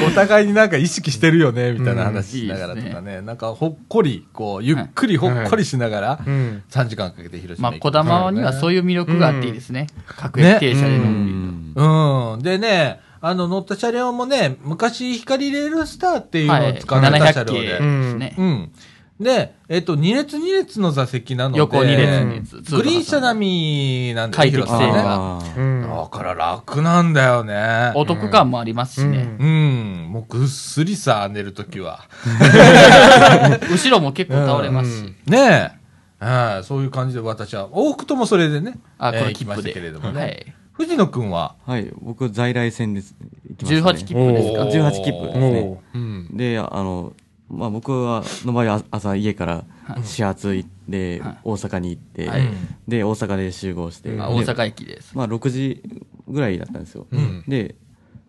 お互いになんか意識してるよね、みたいな話しながらとかね。なんかほっこり、こう、ゆっくりほっこりしながら、
うん
3時間かけて広島
まあ、
行
小玉にはそう
いう。
いう魅力があっていいですね。各駅停車で
あ。う
のんびりと。
ん。
うん。でね、あの、乗った車両もね、昔、光レールスターっていうのを使ってた車
700
両
系
で。
ですね。
うん。で、えっと、2列2列の座席なので、
横二
列二
列
グリーン車並みなんだよ、
快適
広さ
性
ね。
が
あー
うん
だから楽なんだよね。
お得感もありますし
う
ね。
ん
うん。もうぐっすりさ、寝るときは。
後ろも結構倒れますし。
ねえ。ああそういう感じで私は、往復ともそれでね、
あ、
え
こ
ー
の
行き
切
ま
符
した
で。
けれどもね。
はい。
藤野くんは、
はい。僕、在来線です。行きましたね
18切符ですか
おー
18切符ですね。
おううん
で、あの、まあ、僕は、の場合は朝家から始発行って、大阪に行って、
はい
で、大阪で集合して、
うん
で
あ大阪駅です。
まあ、6時ぐらいだったんですよ。
ん
で、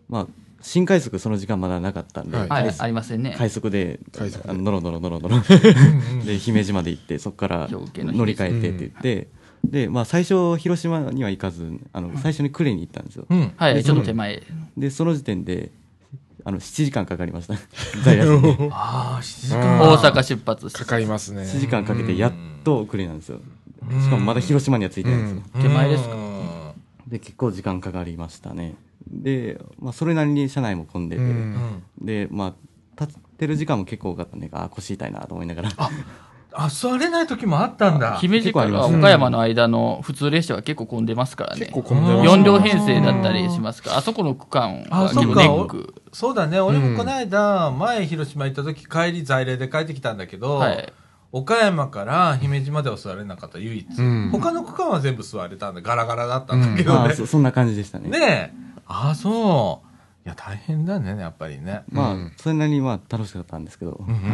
まあ、新快速その時間まだなかったんで、
はい
はい、ありませんね。
快速で
快速、で
あののろのろのろのろ、 で、姫路まで行って、そこから
兵庫県の姫路
乗り換えてって言って、で、まあ、最初、広島には行かず、あの、最初に呉に行ったんですよ。
うん。
はい、ちょっと手前。
で、その時点で、あの、7時間かかりました。 在来線で。
ああ、7時
うん
間。
大阪出発し
か
て。
かりますね。
1時間かけてやっとクレなんですよしかもまだ広島には着いてないんですよ
手前ですか
か
で結構時間かかりましたねで、まあ、それなりに車内も混んでて、
うん
うん。
でまあ立ってる時間も結構多かったんであー腰痛いなと思いながら
あ、座れない時もあったんだ。
姫路から岡山の間の普通列車は結構混んでますからね
結。構混んでます
よ
4両編成だったりしますから、あそこの区間
あ
は結構
そっ
ネ
か
ック。
そうだね。俺もこの間、前広島行った時、帰り在来で帰ってきたんだけど、
はい
岡山から姫路までは座れなかった、唯一。
うん
他の区間は全部座れたんだ。ガラガラだったんだけど
ま
ね
あ、。そそんな感じでしたね。
ねえ。あ、そう。いや、大変だね、やっぱりね。
まあ、
うん
それなりにまあ楽しかったんですけど、
うんうんうんう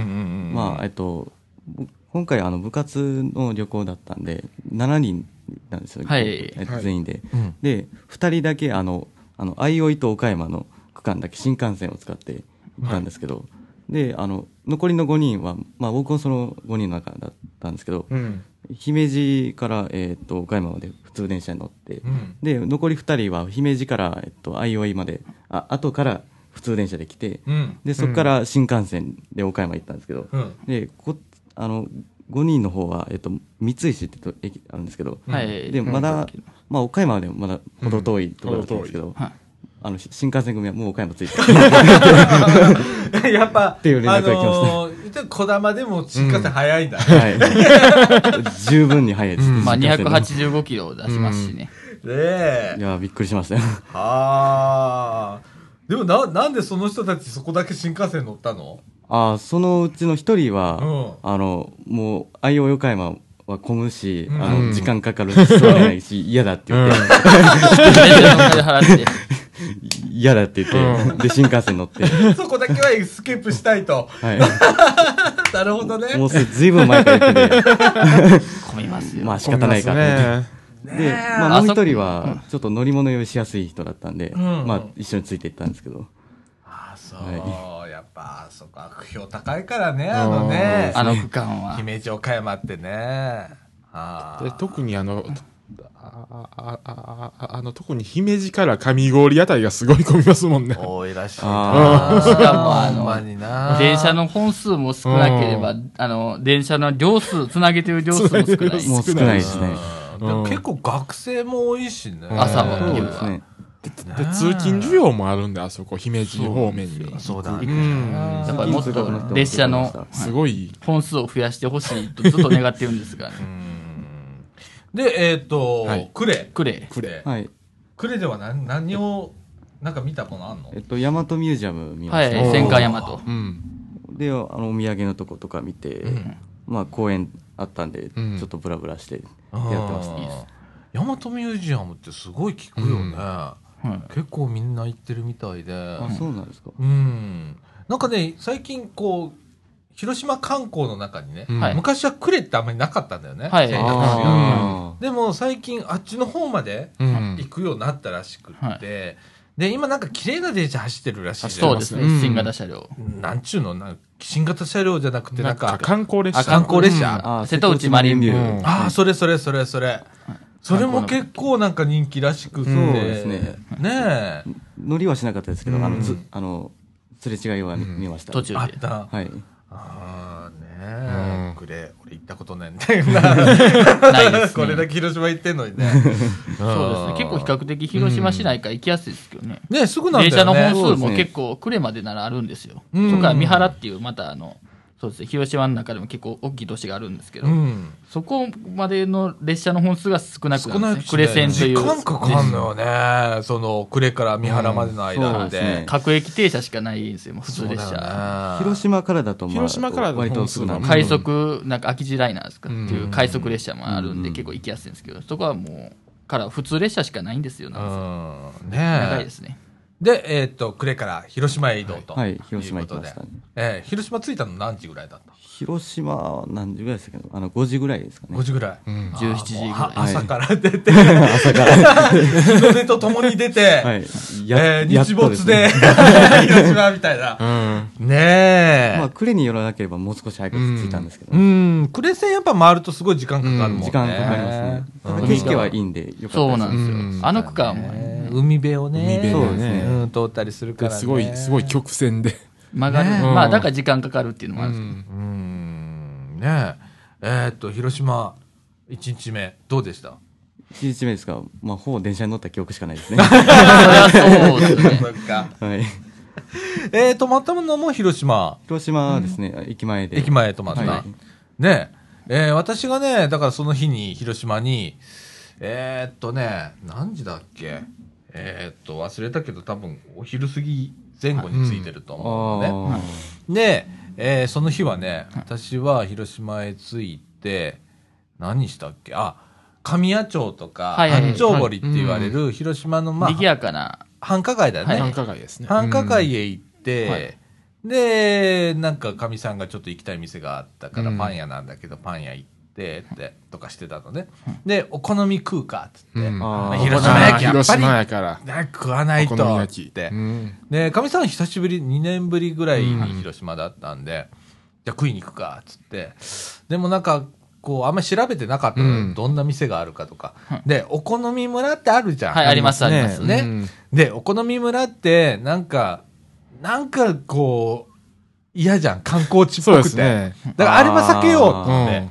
ん。
まあ、えっと、ぼ今回あの部活の旅行だったんで、7人なんですよ、
はい
えっと
はい
全員で。
うん
で、2人だけあの、あの、相生と岡山の区間だけ新幹線を使って行ったんですけど、で、あの、残りの5人は、まあ僕もその5人の中だったんですけど、
うん
姫路から、えっと、岡山まで普通電車に乗って、
うん。
で残り2人は姫路から、えっと、相生まであ後から普通電車で来て、
うん。
でそこから新幹線で岡山行ったんですけど、
うん。
でこあの5人の方は、えっと、三石ってと駅あるんですけど、
はい。
でまだ、まあ、岡山でもまだ程遠いところだったんですけど、
はい
あのし新幹線組はもう岡山着いて
やっぱ、
ていう連絡
あ
が来ました
のー、言ったら小玉でも新幹線早いんだね。
はい、十分に速いです、
まあ
新幹線の
285キロを出しますしね。
ねえ
い。やびっくりしましたよ
はあ。でもな、なんでその人たちそこだけ新幹線乗ったの
あーそのうちの一人は、
う
あのもう相生横山は混むし、あ
うん
の時間かかるし座れないし嫌だって言って、
全然お金払って。
嫌だって言って、で新幹線乗って、は
そこだけはエスケープしたいと。
い、
なるほどね。
もうそれずいぶん前から言って
混みます
て
よ。
まあ仕方ないかと思って。
ね
で、ま
あ
あ、もう
そ
一人は、ちょっと乗り物用意しやすい人だったんで、
ん
まあ、一緒についていったんですけど、
ああ、そう。
は
やっぱ、そこ悪評高いからね、あのね。
あの区間は。
姫路岡山ってね。あ
で
あ。
特にあの、ああああああの、特に姫路から上郡あたりがすごい混みますもん ね。
多いらしいな。
あ
しかもあ
ほんまにな
の、 電車の本数も少なければ、あの、電車の両数、つなげてる両数も少ない。
もう少ないですね。
うんでも結構学生も多いしね。
朝
そ
も
う
昼
です
は。
ね。
で、通勤需要もあるんで、あそこ、姫路方面に。
そうだ
う
ね。
ん。
やっぱりもっと列車のはい
すごい。
本数を増やしてほしいとずっと願ってるんですがね。
で、えっと
はい、
クレ。
クレ
クレ。
はい。
クレでは何、何を、なんか見たものあんの
えっと、ヤマトミュージアム見
イ。
ま
は
し
い
た。、
戦艦山と。
うん。
で、あの、お土産のとことか見て、まあ、公園あったんで、ちょっとブラブラして、やってました。
ヤマトミュージアムってすごい聞くよね、
うん
結構みんな行ってるみたいで
あ、そうなんですか。
うんなんかね最近こう広島観光の中にね、
うん
はい
昔は呉ってあんまりなかったんだよね、
はい
選択肢が
あ
あ
でも最近あっちの方まで
うん
行くようになったらしくって、
はい
で今なんか綺麗な電車走ってるらしいじゃん
そうですね、
うん
新型車両。
なんちゅうのなんか新型車両じゃなくて
な
なんん
か
か
観光列車。
あ観光列車、
ー
瀬戸内マリンビュー
うん
ああ、それそれそれそれ。それも結構なんか人気らしくて。
そう
ですね。
ねえ。
乗りはしなかったですけど、あ
う
の、
ん
つ、あの、すれ違いは見見ました。
途中
あっ
で。
た。
はい。
ああ、
う
ね
ん
え。くれ、俺行ったことないんだよな。
ないですね
これだけ広島行ってんのにね。
そうですね、結構比較的広島市内から行きやすいですけどね。
ねえすぐなんだ
電車
よ
の
ね。
本数
そう
も
ですね
結構、呉までならあるんですよ。そ
うん
こから三原っていう、またあの、そうですね、広島の中でも結構大きい都市があるんですけど、
うん。
そこまでの列車の本数が少なくな
少
るん
な
で
く
すね。呉線とい
時
う。
間かかんのよね。その、呉から三原までの間
うんそう
って
です。ね
各駅停車しかないんですよ、もう普通列車。
車
広島からだと、まあ、
広島からだと
割とすぐなんで
本数が
快速、なんか空き地ライナーですか、っていう快速列車もあるんで、
うん
結構行きやすいんですけど、そこはもう、から普通列車しかないんですよ、なんせ
うん。
長
ね
い
え
ですね。
で、えーっと、呉から広島へ移動と。
はいはい広島行きました
とい
ね
うことでえー広島着いたの何時ぐらいだった
広島は何時ぐらいでしたっけど、あの、5時ぐらいですかね
5。時ぐらい。
ん
あー
17時ぐらい
もうは
はい
朝から出て、朝から。 日の出とともに出て、
はい。
えー
や
日没で、
やっとすね
広島みたいな。
うん。
ねえ。
まあ、呉に寄らなければもう少し早く着いたんですけど
う、ん、呉線やっぱ回るとすごい時間かかるもんね。
時間かかりますね。ただ景色はいいんで、よか
そう
った
な
です。
んです
う
よ。あの区間はもうね、
ね海辺をね、
海辺
をねそうですね
うん、通ったりするから、
で
ね。
すごい、すごい曲線で。
曲がる、
ね
まあだから時間かかるっていうのもあるんですけど、
うん、ねえ。えーっと、広島、1日目、どうで した
1日目ですか、まあ、ほぼ電車に乗った記憶しかないですね。
そりゃそうですね
っか。
はい。
えーっと、またものも広島
広島ですね、駅前で。
駅前へ泊まった。
はい
ねえ。えー私がね、だからその日に広島に、えーっとね、何時だっけえーっと、忘れたけど多分お昼過ぎ前後に着いてると思うのね。
あ
で、えーその日はね、私は広島へ着いて、何したっけあ、神谷町とか、
はいはいはい
八丁堀って言われる広島の、まあ
賑、やかな。
繁華街だよね。
はい
繁華街ですね。
繁華街へ行って、
は
で、なんかかみさんがちょっと行きたい店があったから、
うん
パン屋なんだけど、パン屋行って、って、とかしてたのね。で、お好み食うか、っつって。
うん
まあ
あー
広島焼き、
あー
やっぱり。
広島やから。
なんか食わないと。
お好み焼き
って
う。ん
で、かみさん久しぶり、2年ぶりぐらいに広島だったんで、じゃあ食いに行くか、っつって。でもなんか、こう、あんまり調べてなかったのよ、
うん
どんな店があるかとか。で、お好み村ってあるじゃん。
はい、あります、あります。
ねで、お好み村って、なんか、なんかこう、嫌じゃん。観光地っぽ
そうで
くて。
すね。
だからあれは避けようって
うん
ね。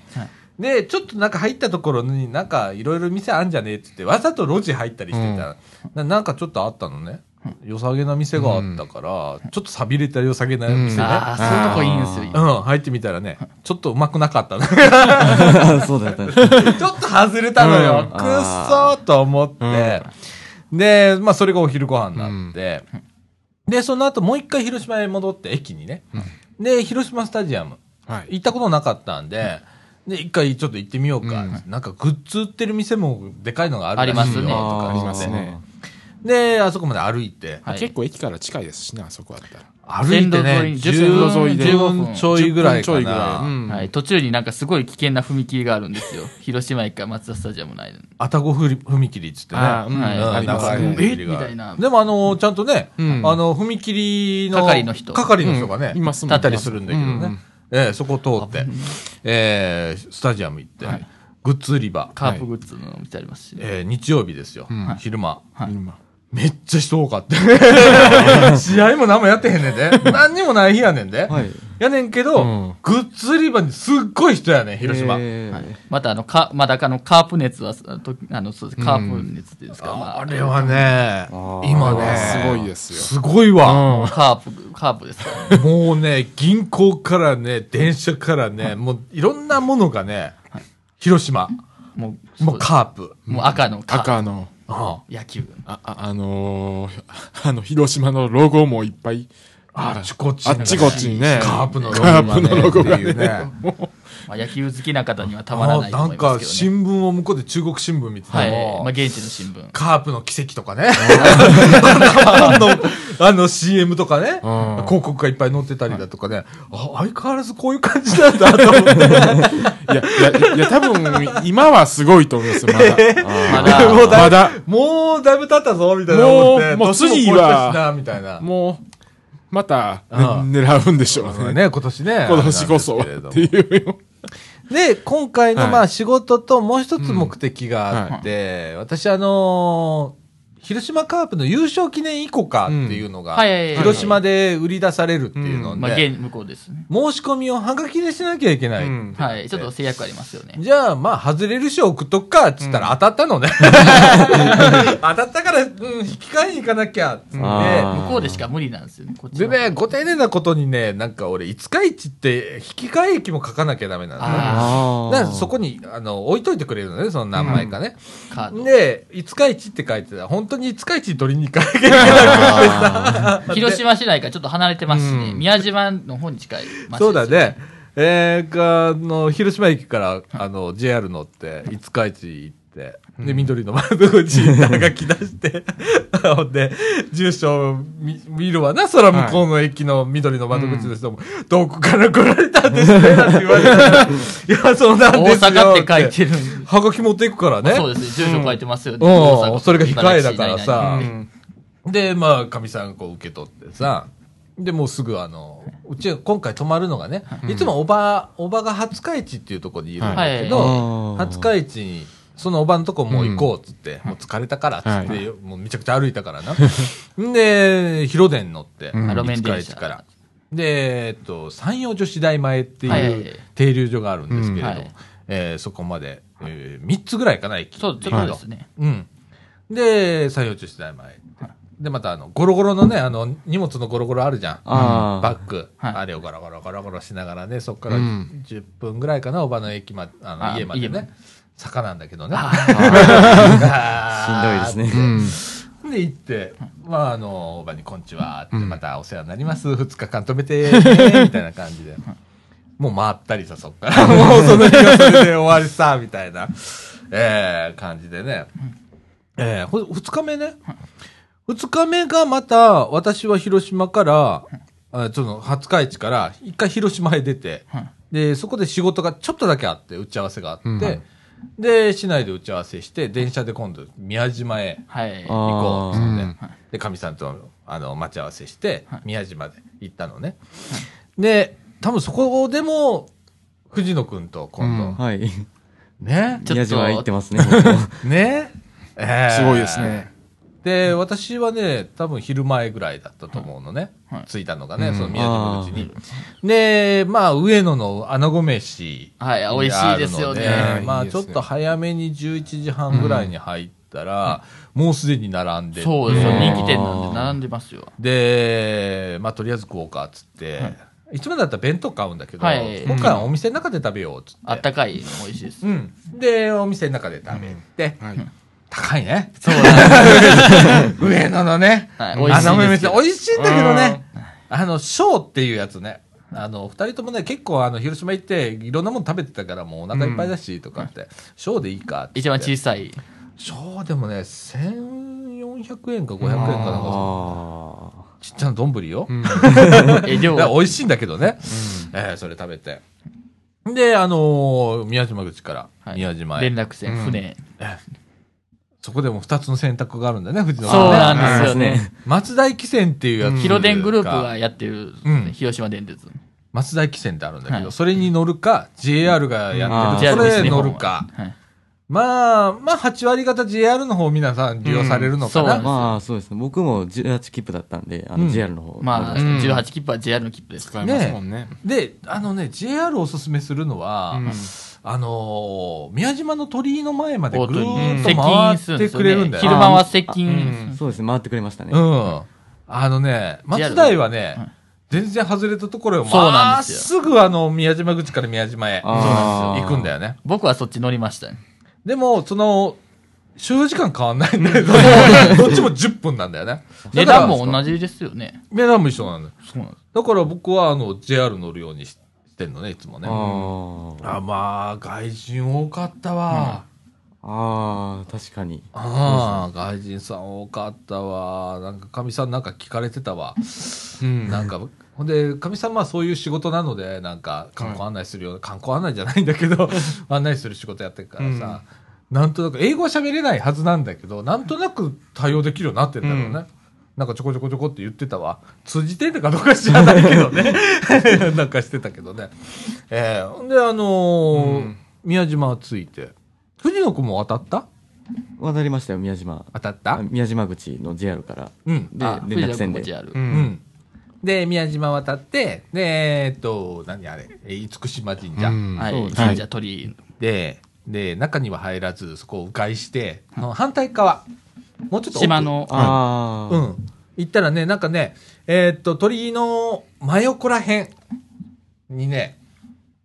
で、ちょっとなんか入ったところになんかいろいろ店あんじゃねえって言って、わざと路地入ったりしてた、ななんかちょっとあったのね。良さげな店があったから、ちょっと錆びれた良さげな店ね。
ああ、そういうとこいいんですよ。
うん、入ってみたらね、ちょっとうまくなかったの。ち
ー そうだったんですね
ょっと外れたのよ。
う
く
ん
っそーと思って。で、まあそれがお昼ご飯になって。で、その後もう一回広島へ戻って、駅にね。で、広島スタジアム。
はい。
行ったことなかったんで、で、一回ちょっと行ってみようか。なんかグッズ売ってる店もでかいのがあるらしいよ
ありますね
と
あ
か言っ
ー
て
ありますね
で、あそこまで歩いて。
はい
結構駅から近いですしね、あそこあったら。
歩いてね、
線路沿い
10分
線路沿いで
10ちょいぐらいか
10分ちょいぐらい
な。
うん
はい、途中になんかすごい危険な踏切があるんですよ。 広島駅から松田スタジアムの間に。
あたごふり踏切っつってね。
あーうん
はい
あります
長い
ね。
え
踏切が
みたいな
でもあの、ちゃんとね、
ん
あの、踏切の。
係の人
係の人がね、
うんいますもんね
たりするんだけど
うんう
ね
ん。
ええ、そこ通って、ええ、スタジアム行って、グッズ売り場。
カープグッズのお店ありますし、
えー日曜日ですよ、昼間、
はい
今
めっちゃ人多かった 試合も何もやってへんねんで何にもない日やねんで、
はい
やねんけど、
うん
グッズ売り場にすっごい人やねん広島、
えー
またあの、か、まだかのカープ熱は、あとあの、そうです。カープ熱っていうんですか、ま
あれはね
ー
今ね
すごいですよ
すごいわ、
カープ、カープですからね。
もうね銀行からね電車からねもういろんなものがね、広島
もう、
もうカープ、
もう赤のカープ
赤の、
あ
野球。
あ、ああのー、あの、広島のロゴもいっぱい。
ああちこち
あっちこっちにね。
カープのロゴ
カープのロゴ
がね
が
っていうね
まあ、野球好きな方にはたまらないと思い
あ
ま
なんか
すけど、ね。
新聞を向こうで中国新聞見て
は
て
い。
も、
まあ、現地の 新聞。
カープの奇跡とかね。今度、 あの CM とかね、
うん
広告がいっぱい載ってたりだとかね、あ、相変わらずこういう感じなんだと思って。
いや、いや、いや、多分、今はすごいと思うんですよ、ま
ま
だ。
だ、
もうだ
まだ、
もうだいぶ経ったぞ、みたいな思って。
もうもう
年
次
越した
は
しな、みたいな。
もう、また、ね
ああ
狙うんでしょうね。
ね、今年ね。
今年こそ
あ
は
れなんで
っ
すけ
て
れども
い う。
で、今回の
はい
まあ仕事ともう一つ目的があって、私あのー広島カープの優勝記念イコカっていうの
う
が
んはいはいは、い
広島で売り出されるっていうの
まあ、
で、
現、向こうですね。
申し込みをはがきでしなきゃいけない。
うん
はい。ちょっと制約ありますよね。
じゃあ、まあ、外れる賞送っとくか、っつったら当たったの ね。 当たったから、うん、引き換えに行かなきゃ、つって。
あ
向こうでしか無理なんですよね。こっち
で
は
ね、ご丁寧なことにね、なんか俺、五日市って、引き換え駅も書かなきゃダメなんだね。
あー
だからそこに、あの、置いといてくれるのね、その何枚かね。
カード。
で、五日市って書いてたら、本当に五日市取りに行かなきゃいけなくてさ。
広島市内からちょっと離れてますしね。宮島の方に近い町ですよ
そうだ。ね。えー、かあの広島駅からあの JR 乗って五日市行って、で緑の窓口に書き出して、 ほんで住所を見見るわな空向こうの駅の緑の窓口の人も、どこから来られたんですねって言われた らいやそうなん
大
ですよ
阪って書いてる。
はがき持っていくからね
そうですね。住所書いてますよね。大
う
阪
ん、それが控えだから
う
さ
ん。
で、まあ、かみさんがこう受け取ってさ、で、もうすぐあの、うち今回泊まるのがね、いつもおば、おばが廿日市っていうところにいるんだけ
はい
ど、
はいあ
廿
ー
日市に、そのおばのとこもう行こうっつって、もう疲れたからっつって、
はい
もうめちゃくちゃ歩いたからな。んで、広電乗って、
ん
路
五
面
日
電
市
車
から。。で、えっと、山陽女子大前って
はいはい
い
は
う
い
停留所があるんですけれども、
うんはい
えーそこまで、え3つぐらいかな、駅。
そう、ちょっとですね。
うん。で、採用中して前。で、また、あの、ゴロゴロのね、あの、荷物のゴロゴロあるじゃん。
あー
バッグ。
はい
あれをゴロゴロゴロゴロしながらね、そこから
うん
10分ぐらいかな、おばの駅まで、あの、
あ
家まで
家まで
ね。坂なんだけどね。
しんどいです
う
ね。
ん。
で行って、まあ、あの、おばにこんにちはって、またお世話になります。二日間止めてね、みたいな感じで。もう回ったりさ、そっから。もうその日がそれで終わりさ、みたいな、えー、感じでね。えー、ほ二日目ね。二日目がまた、私は広島から、あその、廿日市から、一回広島へ出て、で、そこで仕事がちょっとだけあって、打ち合わせがあって、
うんはい
で、市内で打ち合わせして、電車で今度、宮島へ、
はい。
あ
行こうっつって、
うん
でかみさんとあの待ち合わせして、
はい
宮島で行ったのね、で多分そこでも藤野君と今度、
うん
はい。
ね
ちょっと
宮島は行ってますね。僕は
ねえー
すごいですね。
で私はね多分昼前ぐらいだったと思うのね、
はい
着いたのがね、
うん
その宮島口にでまあ上野の穴子飯
はい、美味しいですよ
あるの
ね。
で
ね
まあ
いい
ち
で
ょ
す
っ
ね
と早めに11時半ぐらいに入ったら、もうすでに並んでて
そうですよ。
うん
人気店なんで並んでますよ。
で、まあ、とりあえず食おうかっつって、い、つもだったら弁当買うんだけど、
はい
今回はお店の中で食べようっつって、
あったかいの美味しいです。
うん、でお店の中で食べて、
はい。
高いね
そうだね。
上野のね、
はい
あの
美
お
味しいです
店
よ
美味しいんだけどねあのショーっていうやつねあの2人ともね結構あの広島行っていろんなもの食べてたからもうお腹いっぱいだしとかって、ショーでいいかっつって
一番小さい。
ショーでもね1400円か500円かなんか
あ
ちっちゃな丼よ、
うん
え、量
だ から美味しいんだけどね、えーそれ食べてであのー宮島口から、
はい
宮島へ
連絡船、
うん
船。
そこでも2つの選択があるんだね藤野
そう
さんね
なんですよね。
松田汽船っていうやつ、
うん
広電グループがやってる、
うん
広島電鉄。
松田汽船ってあるんだけど、
はい
それに乗るか JR がやってる、
うん
それに乗るか、
はい
まあまあ8割方 JR の方皆さん利用されるのかな、
うんそう
まあ、そうですね。僕も18切符だったんで、あ
うん
の、JR の方。
まあ、
うん
18切符は JR の切符です。
使えますもんね。
であのね JR おすすめするのは、
うん
あのー宮島の鳥居の前まで
大
ぐる
鳥居
ーっ
接
と
近
回
するん
って
です
く
よ
れるん
ね。
だよ
昼間は接近
う。ん
そうですね。回ってくれましたね。
うん。あのね、松台はね、全然外れたところを
そう
ま
な
っ
んですよ
すぐあの宮島口から宮島へ
あー
行くんだよね。
僕はそっち乗りましたね。
でも、その、所要時間変わんないんだけど、 どっちも10分なんだよね。
値段も同
じ。
じですよね。
値段も一緒なんだよ。
そうなんです。
だから僕はあの JR 乗るようにししてんのね、いつもね。
あ
あ、まあ、外人多かったわ。
あ。ああ、確かに。
ああ、外人さん多かったわ。なんか、かみさんなんか聞かれてたわ。
うん
なんか、ほんで、かみさん、まあそういう仕事なので、なんか、観光案内するような、観光案内じゃないんだけ ど、案内する仕事やってるからさ、なんとなく、英語は喋れないはずなんだけど、なんとなく対応できるようになってんだろうね。
うん
なんかちょこちょこちょこって言ってたわ。通じてんのかどうか知らないけど ね。なんかしてたけどね。ええほんで、あのー
うん
宮島着いて、藤野君も渡った
渡りましたよ、宮島。
当たった
宮島口の JR から。
うん。
で
あ、
連絡船で
富士山も JR
う。
うんん。で、宮島渡って、で、えーっと、何あれ、えー厳島神社。
うん
は
そうで
い。
す
ね
神社鳥居。
で、で、中には入らず、そこを迂回して、の反対側、もうちょっと奥
島。の、
あ
う
あ。
ん。行ったらね、なんかね、えーっと、鳥居の真横ら辺にね、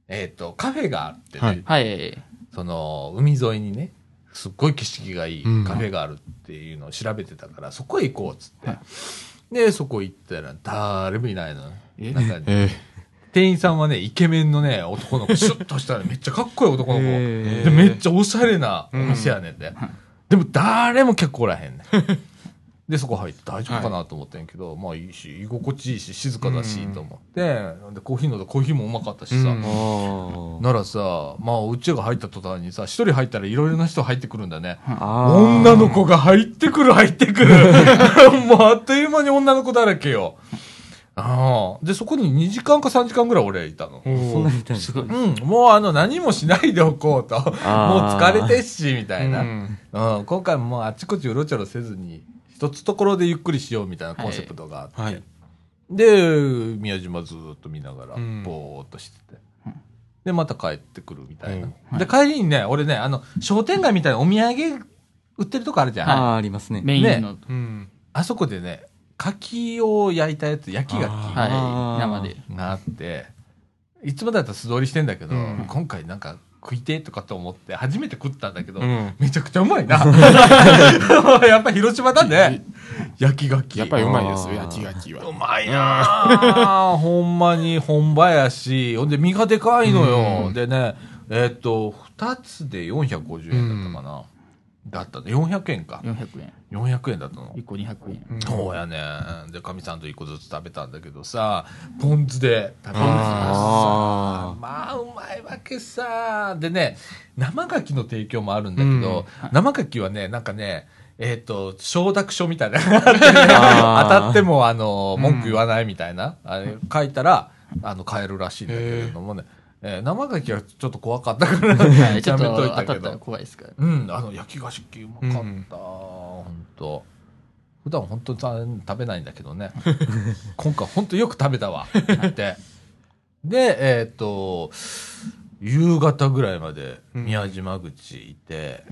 えーっと、カフェがあってね、
はい
はい。
その、海沿いにね、すっごい景色がいい
うん
カフェがあるっていうのを調べてたから、そこへ行こうっつって。で、そこ行ったら、誰もいないのね。なんかね
え
店員さんはね、イケメンのね、男の子、シュッとしたらめっちゃかっこいい男の子。
へ
ー
で、めっちゃおしゃれなお店やねんで。でも誰も客来らへんねん。で、そこ入って大丈夫かなと思ってんけど、まあいいし、居心地いいし、静かだし、と思って、で、コーヒー飲んだコーヒーもうまかったしさ。
うん
あ
ならさ、まあ、うちが入った途端にさ、一人入ったらいろいろな人入ってくるんだね。
あ。
女の子が入ってくる、入ってくる。もうあっという間に女の子だらけよ。ああ。で、そこに2時間か3時間ぐらい俺いたの。
そんなにいたんですす
ごい。
うん、もうあの何もしないでおこうと。もう
あー
疲れてっし、みたいな。
う
うん
ん、
今回もうあちこちうろちょろせずに、一つところでゆっくりしようみたいなコンセプトがあって。
はい。
で、宮島ずーっと見ながら、
うん
ぼーっとしてて。で、また帰ってくるみたいな
うん。
で、帰りにね、俺ね、あの、商店街みたいなお土産売ってるとこあるじゃん。
ああ、ありますね。
メインの。
うん。
あそこでね、柿を焼いたやつ、焼き柿
あ
あ
は
ー
い、生で。
があって、いつもだったら素通りしてんだけど、
うん
今回なんか食いてえとかと思って、初めて食ったんだけど、
うん
めちゃくちゃう まいな。やっぱ広島だね。焼き柿。
やっぱりうまいですよ、
あー
焼き柿は。
うまいなあほんまに本場やし、ほんで身がでかいのよ。
うん
でね、えっと、2つで450円だったかな。だったね。400円か。
400円。
400円だったの。
1個200円。
そうやねで、かみさんと一個ずつ食べたんだけどさ、ポン酢で食べる
あ
まあ、うまいわけさ。でね、生牡蠣の提供もあるんだけど、生牡蠣はね、なんかね、えっ、と、承諾書みたいな。当
あー
たっても、あの、文句言わないみたいな。あれ、書いたら、あの、買えるらしいんだけれどもね。えー生牡蠣はちょっと怖かったから、
はい、ちょっと
やめとい
当
た
た
け
ったら
ど。
怖いですから。
うん、あの、焼き菓子うまかった。ほんと。普段本当にさ食べないんだけどね。 今回本当よく食べたわ。って。で、えっ、と、夕方ぐらいまで宮島口いて、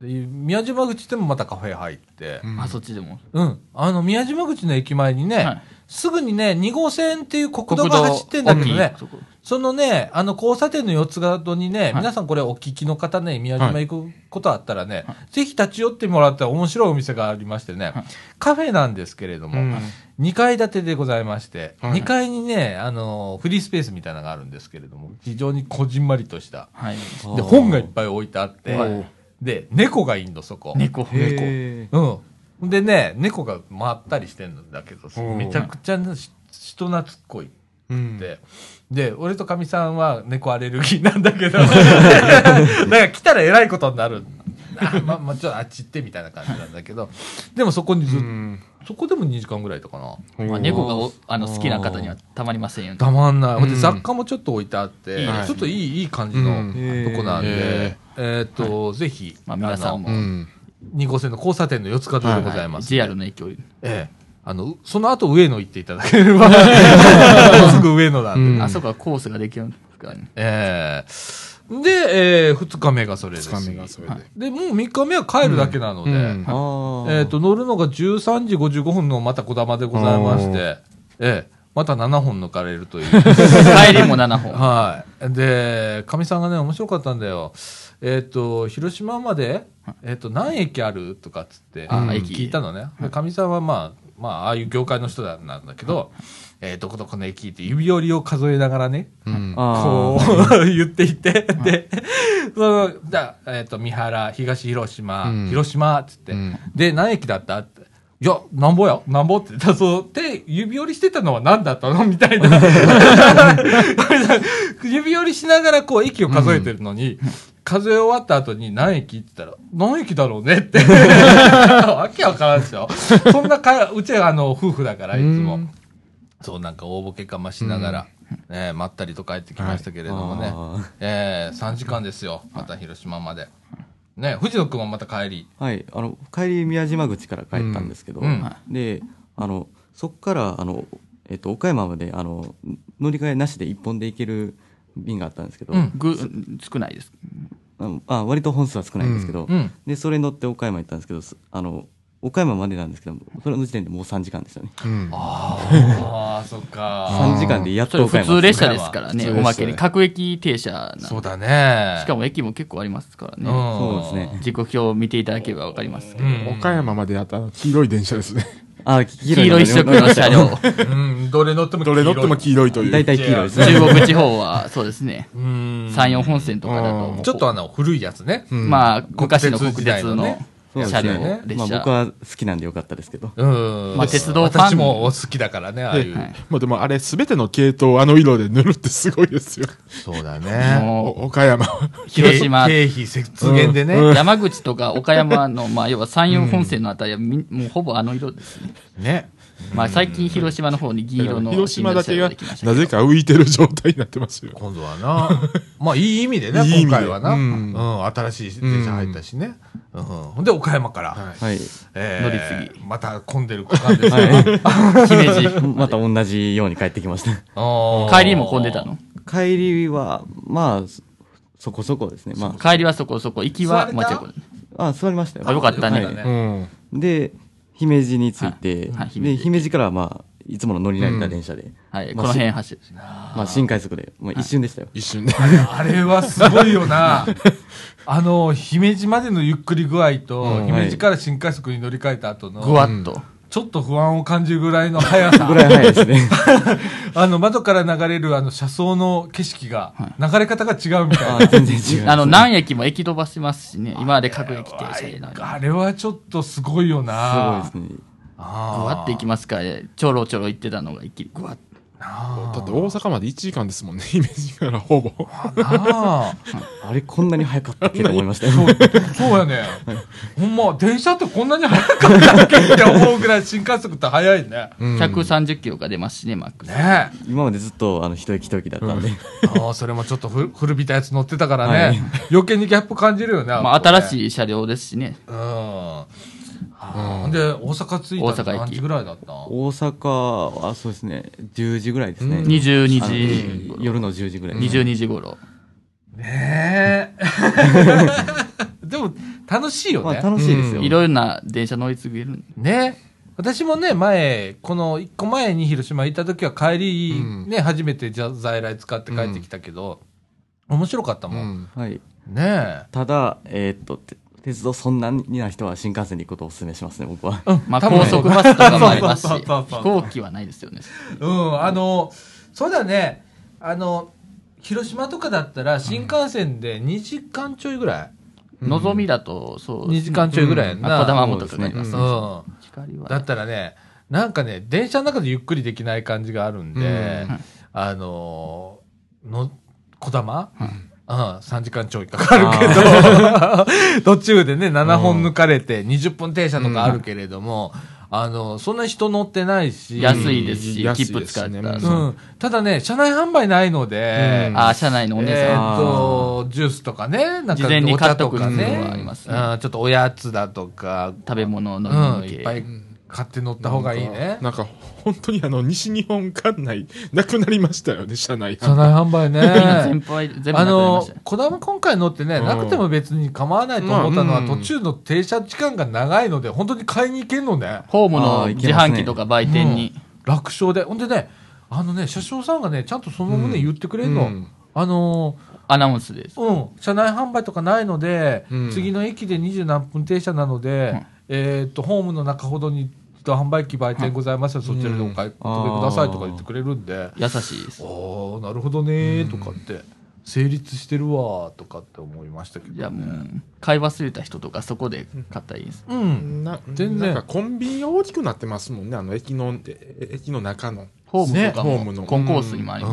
で宮島口でもまたカフェ入って、
うん
あ、そっちでも。
うん、あの、宮島口の駅前にね、
はい
すぐにね、2号線っていう国道が走ってんだけどね
大きい、そこ
そのね、あの交差点の四つ角にね、
い
皆さんこれお聞きの方ね、宮島行くことあったらね、ぜひ立ち寄ってもらったら面白いお店がありましてね、カフェなんですけれども、2階建てでございまして、
はい
2階にね、あの、フリースペースみたいなのがあるんですけれども、非常にこじんまりとした。
はい。
ー
で、本がいっぱい置いてあって
はい、
で、猫がいんの、そこ。
猫。猫。
へー
うん。でね、猫が回ったりしてるんだけど、
おう
めちゃくちゃなし人懐っこい。
うん
ってで、俺とかみさんは猫アレルギーなんだけど、 だから来たらえらいことになる。あまあ、まあ、ちょっとあっち行ってみたいな感じなんだけど、でもそこにずっと、
うん
そこでも2時間ぐらいとかな。
まあ、猫がおあの好きな方にはたまりませんよね。
たまんない。ほんで
うん
雑貨もちょっと置いてあって、
いいですね
ちょっといい、いい感じ
う
の
ん
とこなんで、
へ
えーっと、ぜひ、
まあ、皆さん
の
も、
うん。
二号線の交差点の四つ角でございます。
JR の影響
ええ。あの、その後上野行っていただければ、すぐ上野なんでね。
うん
あそこはコースができるんですからね。
ええで、えー、2日目がそれです。
つかみがそれ
で、
で。
もう3日目は帰るだけなので、
うん
あー
えっ、と、乗るのが13時55分のまたこだまでございまし
お
て、ええまた7本抜かれると いう。
帰りも7本。
はい。で、かみさんがね、面白かったんだよ。えっ、と、広島まで、えっ、と、何駅あるとかっつって、
あ
うん
駅
聞いたのね。でかみさんはまあ、まあ、ああいう業界の人なんだけど、えーどこどこの駅って指折りを数えながらね、
うん
あー
こう言っていて、で、その、じゃあえっ、と、三原、東広島、
うん
広島っつって、
うん
で、何駅だったって。いや、なんぼや、なんぼって。 だそう、手、指折りしてたのは何だったのみたいな。 指折りしながら、こう、駅を数えてるのに、数え終わった後に何駅って言ったら、何駅だろうねって。 わけわからんでしょ。そんなか、うちはあの、夫婦だから、いつも。
うん
そう、なんか大ボケかましながら、ね、まったりと帰ってきましたけれどもね、
はいあー
えー、3時間ですよ、また広島まで。ね、藤野くんもまた帰り。
はい、あの帰り宮島口から帰ったんですけど、
うんうん
であのそこからあの、えっと、岡山まであの乗り換えなしで1本で行ける便があったんですけど、
うん
ぐ少ないです。
ああ割と本数は少ないんですけど、
うんうん
でそれに乗って岡山行ったんですけどすあの岡山までなんですけどそれの時点でもう3時間でしたね
うん
ああ、そっか。
3時間でやっ
そ
と
れ
岡
普
山
通列車ですから
普
ね、
通列車
おまけに。各駅停車な。し
そうだね。
かも駅も結構ありますから
うん、
ね。
そうですね
時刻表を見ていただければわかりますけ
う
ど。
ん
岡山まであったら黄色い電車ですね。
あ
黄色一色の車両。
うん、どれ乗っても
どれ乗っても黄色いという。
大体黄色いですね
中国地方は、そうですね。
うん
山陽本線とかだともう。
ちょっとあの、古いやつね。
うん
まあ、昔の国鉄の
そうです
車両
ね、、ま
列
あ、
車
僕。は好きなんでよかったですけど
うん。
まあ鉄道ファン
私も好きだからね、ああい
で
う。
はい
もうでもあれ、すべての系統をあの色で塗るってすごいですよ。
そうだね。
もう
お岡山は。
広島
経費節減でね。
山口とか岡山の、まあ、要は山陽本線のあたりはみ、もうほぼあの色ですね。
ね。
まあ、最近広島の方に銀色の
広島だけが
新聞社
な
が
ぜ
できましたけど。
か浮いてる状態になってますよ。
今度はな。まあ、いい意味でね、
いい意味で
今回はな。う
うんん、
新しい電車入ったしね。うん。ほんで、岡山から。
は い
はい
えー
乗り継
また混んでる区間ですね。
姫路。
また同じように帰ってきました
あー
帰りも混んでたの
帰りはまあそそこそこですねま
帰りはそこそこ、行きは、
座れた
まあ、ちょっと
ああ座りましたよ
あよかったね
はい
うん。
で姫路に着いて、
はいはい姫
で
路
姫路からはまあいつもの乗り慣れた電車で、
はい、
ま
こ
あ
の
し
辺走る。
まあ、新快速で、まあ、一瞬でしたよ、
一瞬で。
あれはすごいよな。あの、姫路までのゆっくり具合と、
うん
姫路から新快速に乗り換えた後の、
ぐわっと。
ちょっと不安を感じるぐらいの速さ
ぐ。らい早いですね
あの、窓から流れるあの車窓の景色が、流れ方が違うみた
あ
いな。
全然違う
あの、何駅も駅飛ばしますしね、今まで各駅停車でなのに。ぐ
あれはちょっとすごいよな。
すごいですね
あー
わって行きますからね、ちょろちょろ行ってたのが一気にぐわっと。
な
だって大阪まで1時間ですもんね、 イメージからほぼ。
あなあ。
あれこんなに早かったっけと思いま したよ
そうそうやね。ほんま、電車ってこんなに速かったっけって思うぐらい新快速って速いね。
130キロが出ますしね、マックス。
ねえ。
今までずっとあの一駅一駅だったんで、
ああ、それもちょっとふ古びたやつ乗ってたからね、
はい
余計にギャップ感じるよね。
まあ、新
い。
しい車両ですしね。
うん。あーで、大阪着い
大
た
阪
ら
駅
何時ぐらいだったん
大阪はそうですね10時ぐらいですね、
22
あの
時頃、
夜の10時ぐらい、
22時頃。
ねえ。 でも、楽しいよ
まあ
ね。
楽しいですよ、
いろいろな電車乗り継げるんで。
ね。私もね、前、この一個前に広島行った時は帰り、
うん
ね、初めてじゃ在来使って帰ってきたけど、面白かった
う
もん。
ん。
はい、
ね
ただえーっとて鉄道そんなにな人は新幹線に行くことをお勧めしますね僕は
え。うん
まあ、
多分
高速バスとかもあります し、
そう
飛
そうそうそう
行機はないですよね。
うん、あの、そうだね、あの、広島とかだったら新幹線で2時間ちょいぐらい、
のぞみだと、そうですね。
二時間ちょいぐらいやんな
あ、こだまもとかがあり
う
ま
ん
すね。光は
だったらね、なんかね、電車の中でゆっくりできない感じがあるんで、あの、の、こだま、うん、3時間ちょいかかるけ ど、途中でね、7本抜かれて、20分停車とかあるけれども、あの、そんな人乗ってないし、
安いですし、
安い
切符使ったら。
です
う
ね
ん、ただね、車内販売ないので、
うん
あ、車内のお姉
え
さん。
ーっと、ジュースとかね、なんか
事前に
お
買
茶
っと
と
く
かね
のはありますね
うんちょっとおやつだとか、
食べ物
う
の
ん、
飲み
いっ
系
ぱい買って乗った方がいいね。
なんか、本当にあの、西日本管内、なくなりましたよね、車内。
車内販売
全
ね。
部、全部なくな
あ
りま
の
したよ、
こだま今回乗ってね、
うん
なくても別に構わないと思ったのは、
まあう
途
ん
中の停車時間が長いので、本当に買いに行けんのね。
ホーム
あ
の
ーい
自
けますね
販機とか売店に。
楽勝で。ほんでね、あのね、車掌さんがね、ちゃんとその旨言ってくれんの。
うん
あのー
アナウンスです。
うん、車内販売とかないので、
うん
次の駅で二十何分停車なので、
うん
えーっとホームの中ほどに自動販売機売店ございますよ、そちらでお買い求めくださいとか言ってくれるんで、
優しいです
あ。あなるほどねーとかって、成立してるわーとかって思いましたけ
じゃ
ど
あもう、買い忘れた人とかそこで買ったらいいです。
うん
な
全然
なんかコンビニが大きくなってますもんね、あの駅の、え駅の中の、
ホームとか
ねホーム
も、
の
コンコースにもありま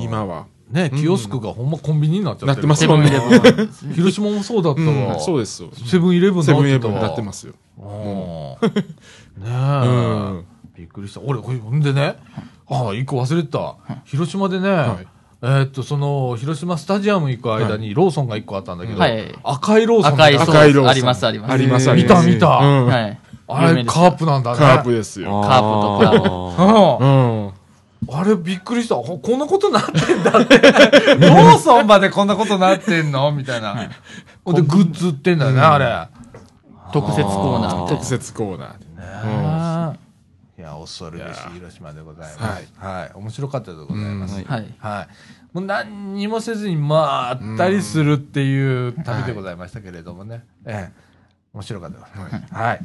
い今は。
ねキオスクがほんまコンビニになっちゃってる
なってます
し。
す
セ
そ
ブ
う
ン
ね
イレブンですね。
広島もそうだった
う
わ、
ん、そうですよ。
セブンイレブン
セ
なっ
ブンイレ
てた
ブン
わ
になってますよ。
ああ。 ねえ、
うん
びっくりした。俺、これほんでね、ああ、一個忘れてた。広島でね、
い
えーっと、その、広島スタジアム行く間にローソンが一個あったんだけど、
はい
赤いローソン
赤い
が
そ
あ
う
っ
です
赤色
ありますあります
あります、
へー
あります
見た見た
うん
はい。
あれ、
有名です
カープなんだね。
カープですよ。
カープとか
あー
うん
うん。
あれ、びっくりした。ほこんなことなってんだって。 ローソンまでこんなことなってんのみたい な。ほんで、グッズ売ってんだよね、あれ。
特設コーナーみたい
特設コーナーでね。
いや、恐るべし広島でございます。
はい
はい。面白かったでございます。
うん
な。はい。
はい。もう何にもせずに、まあ、あったりするっていう旅でございましたけれどもね。ええ。面白かったです。
は
は
い
い。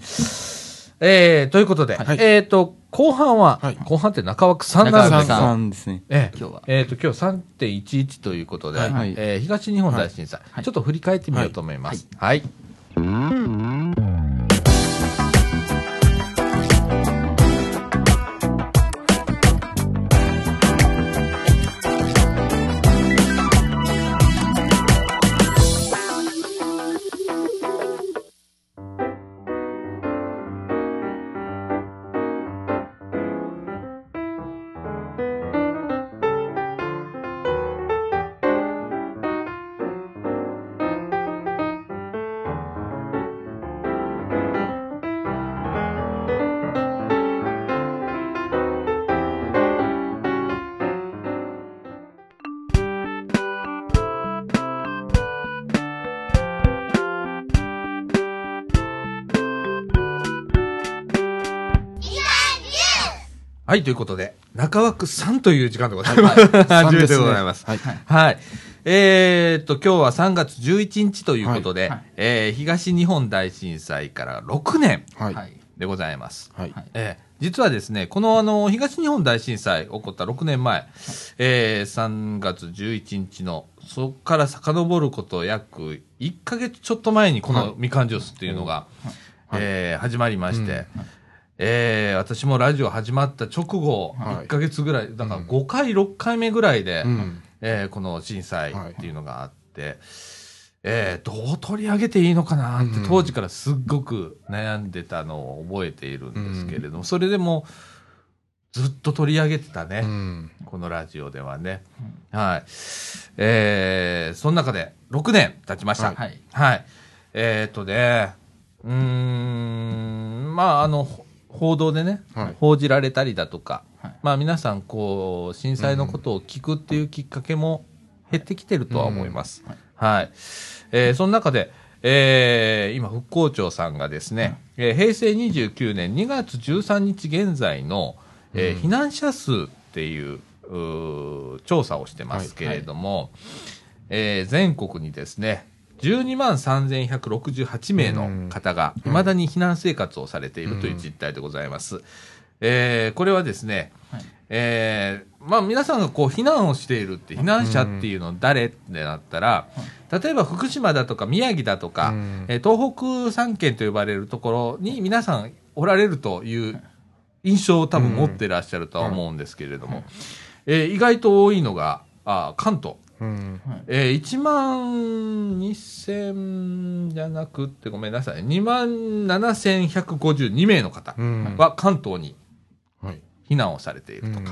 えー、ということで、
はい
えっ、と、後半は、
はい
後半って中枠3なんです
中
が、
枠
3ですね
ええ
今日は
えーと、今日3.11ということで、
はい
えー東日本大震災、
い
ちょっと振り返ってみようと思います。はい。はい、ということで、中枠3という時間でございます。 初めてでございます。
はい。
はい。えーっと、今日は3月11日ということで、
はいはい
えー東日本大震災から6年
はい。
はい
でございます。
はい。
はい
えー実はですね、このあの東日本大震災起こった6年前、えー3月11日の、そこから遡ること約1ヶ月ちょっと前にこのみかんジュースっていうのが、えー始まりまして、えー私もラジオ始まった直後、
はい
1ヶ月ぐらい、だから5回、6回目ぐらいで、
うん。
えーこの震災っていうのがあって、えーどう取り上げていいのかなって
うん
当時からすっごく悩んでたのを覚えているんですけれども、それでもずっと取り上げてたね、
うん。
このラジオではね。はい。えーその中で6年経ちました。
はい
はい。えーっとね、うーん、まあ、あの、ほ報道でね、
はい
報じられたりだとか、
はい
まあ、皆さん、こう、震災のことを聞くっていうきっかけも減ってきてるとは思います。はい。えーその中で、えー今、復興庁さんがですね、えー平成29年2月13日現在の、えー避難者数っていう、うー調査をしてますけれども、えー全国にですね、12万3168名の方が、いまだに避難生活をされているという実態でございます。えーこれはですね、
はい
えーまあ、皆さんがこう避難をしているって、避難者っていうの誰ってなったら、例えば福島だとか宮城だとか、
うん
えー東北三県と呼ばれるところに皆さんおられるという印象を多分持ってらっしゃるとは思うんですけれども、えー意外と多いのが、あ関東。
うん。
えー、1万2000じゃなくってごめんなさい2万7152名の方
うん。
は関東に
はい。
避難をされている
う
と、
ん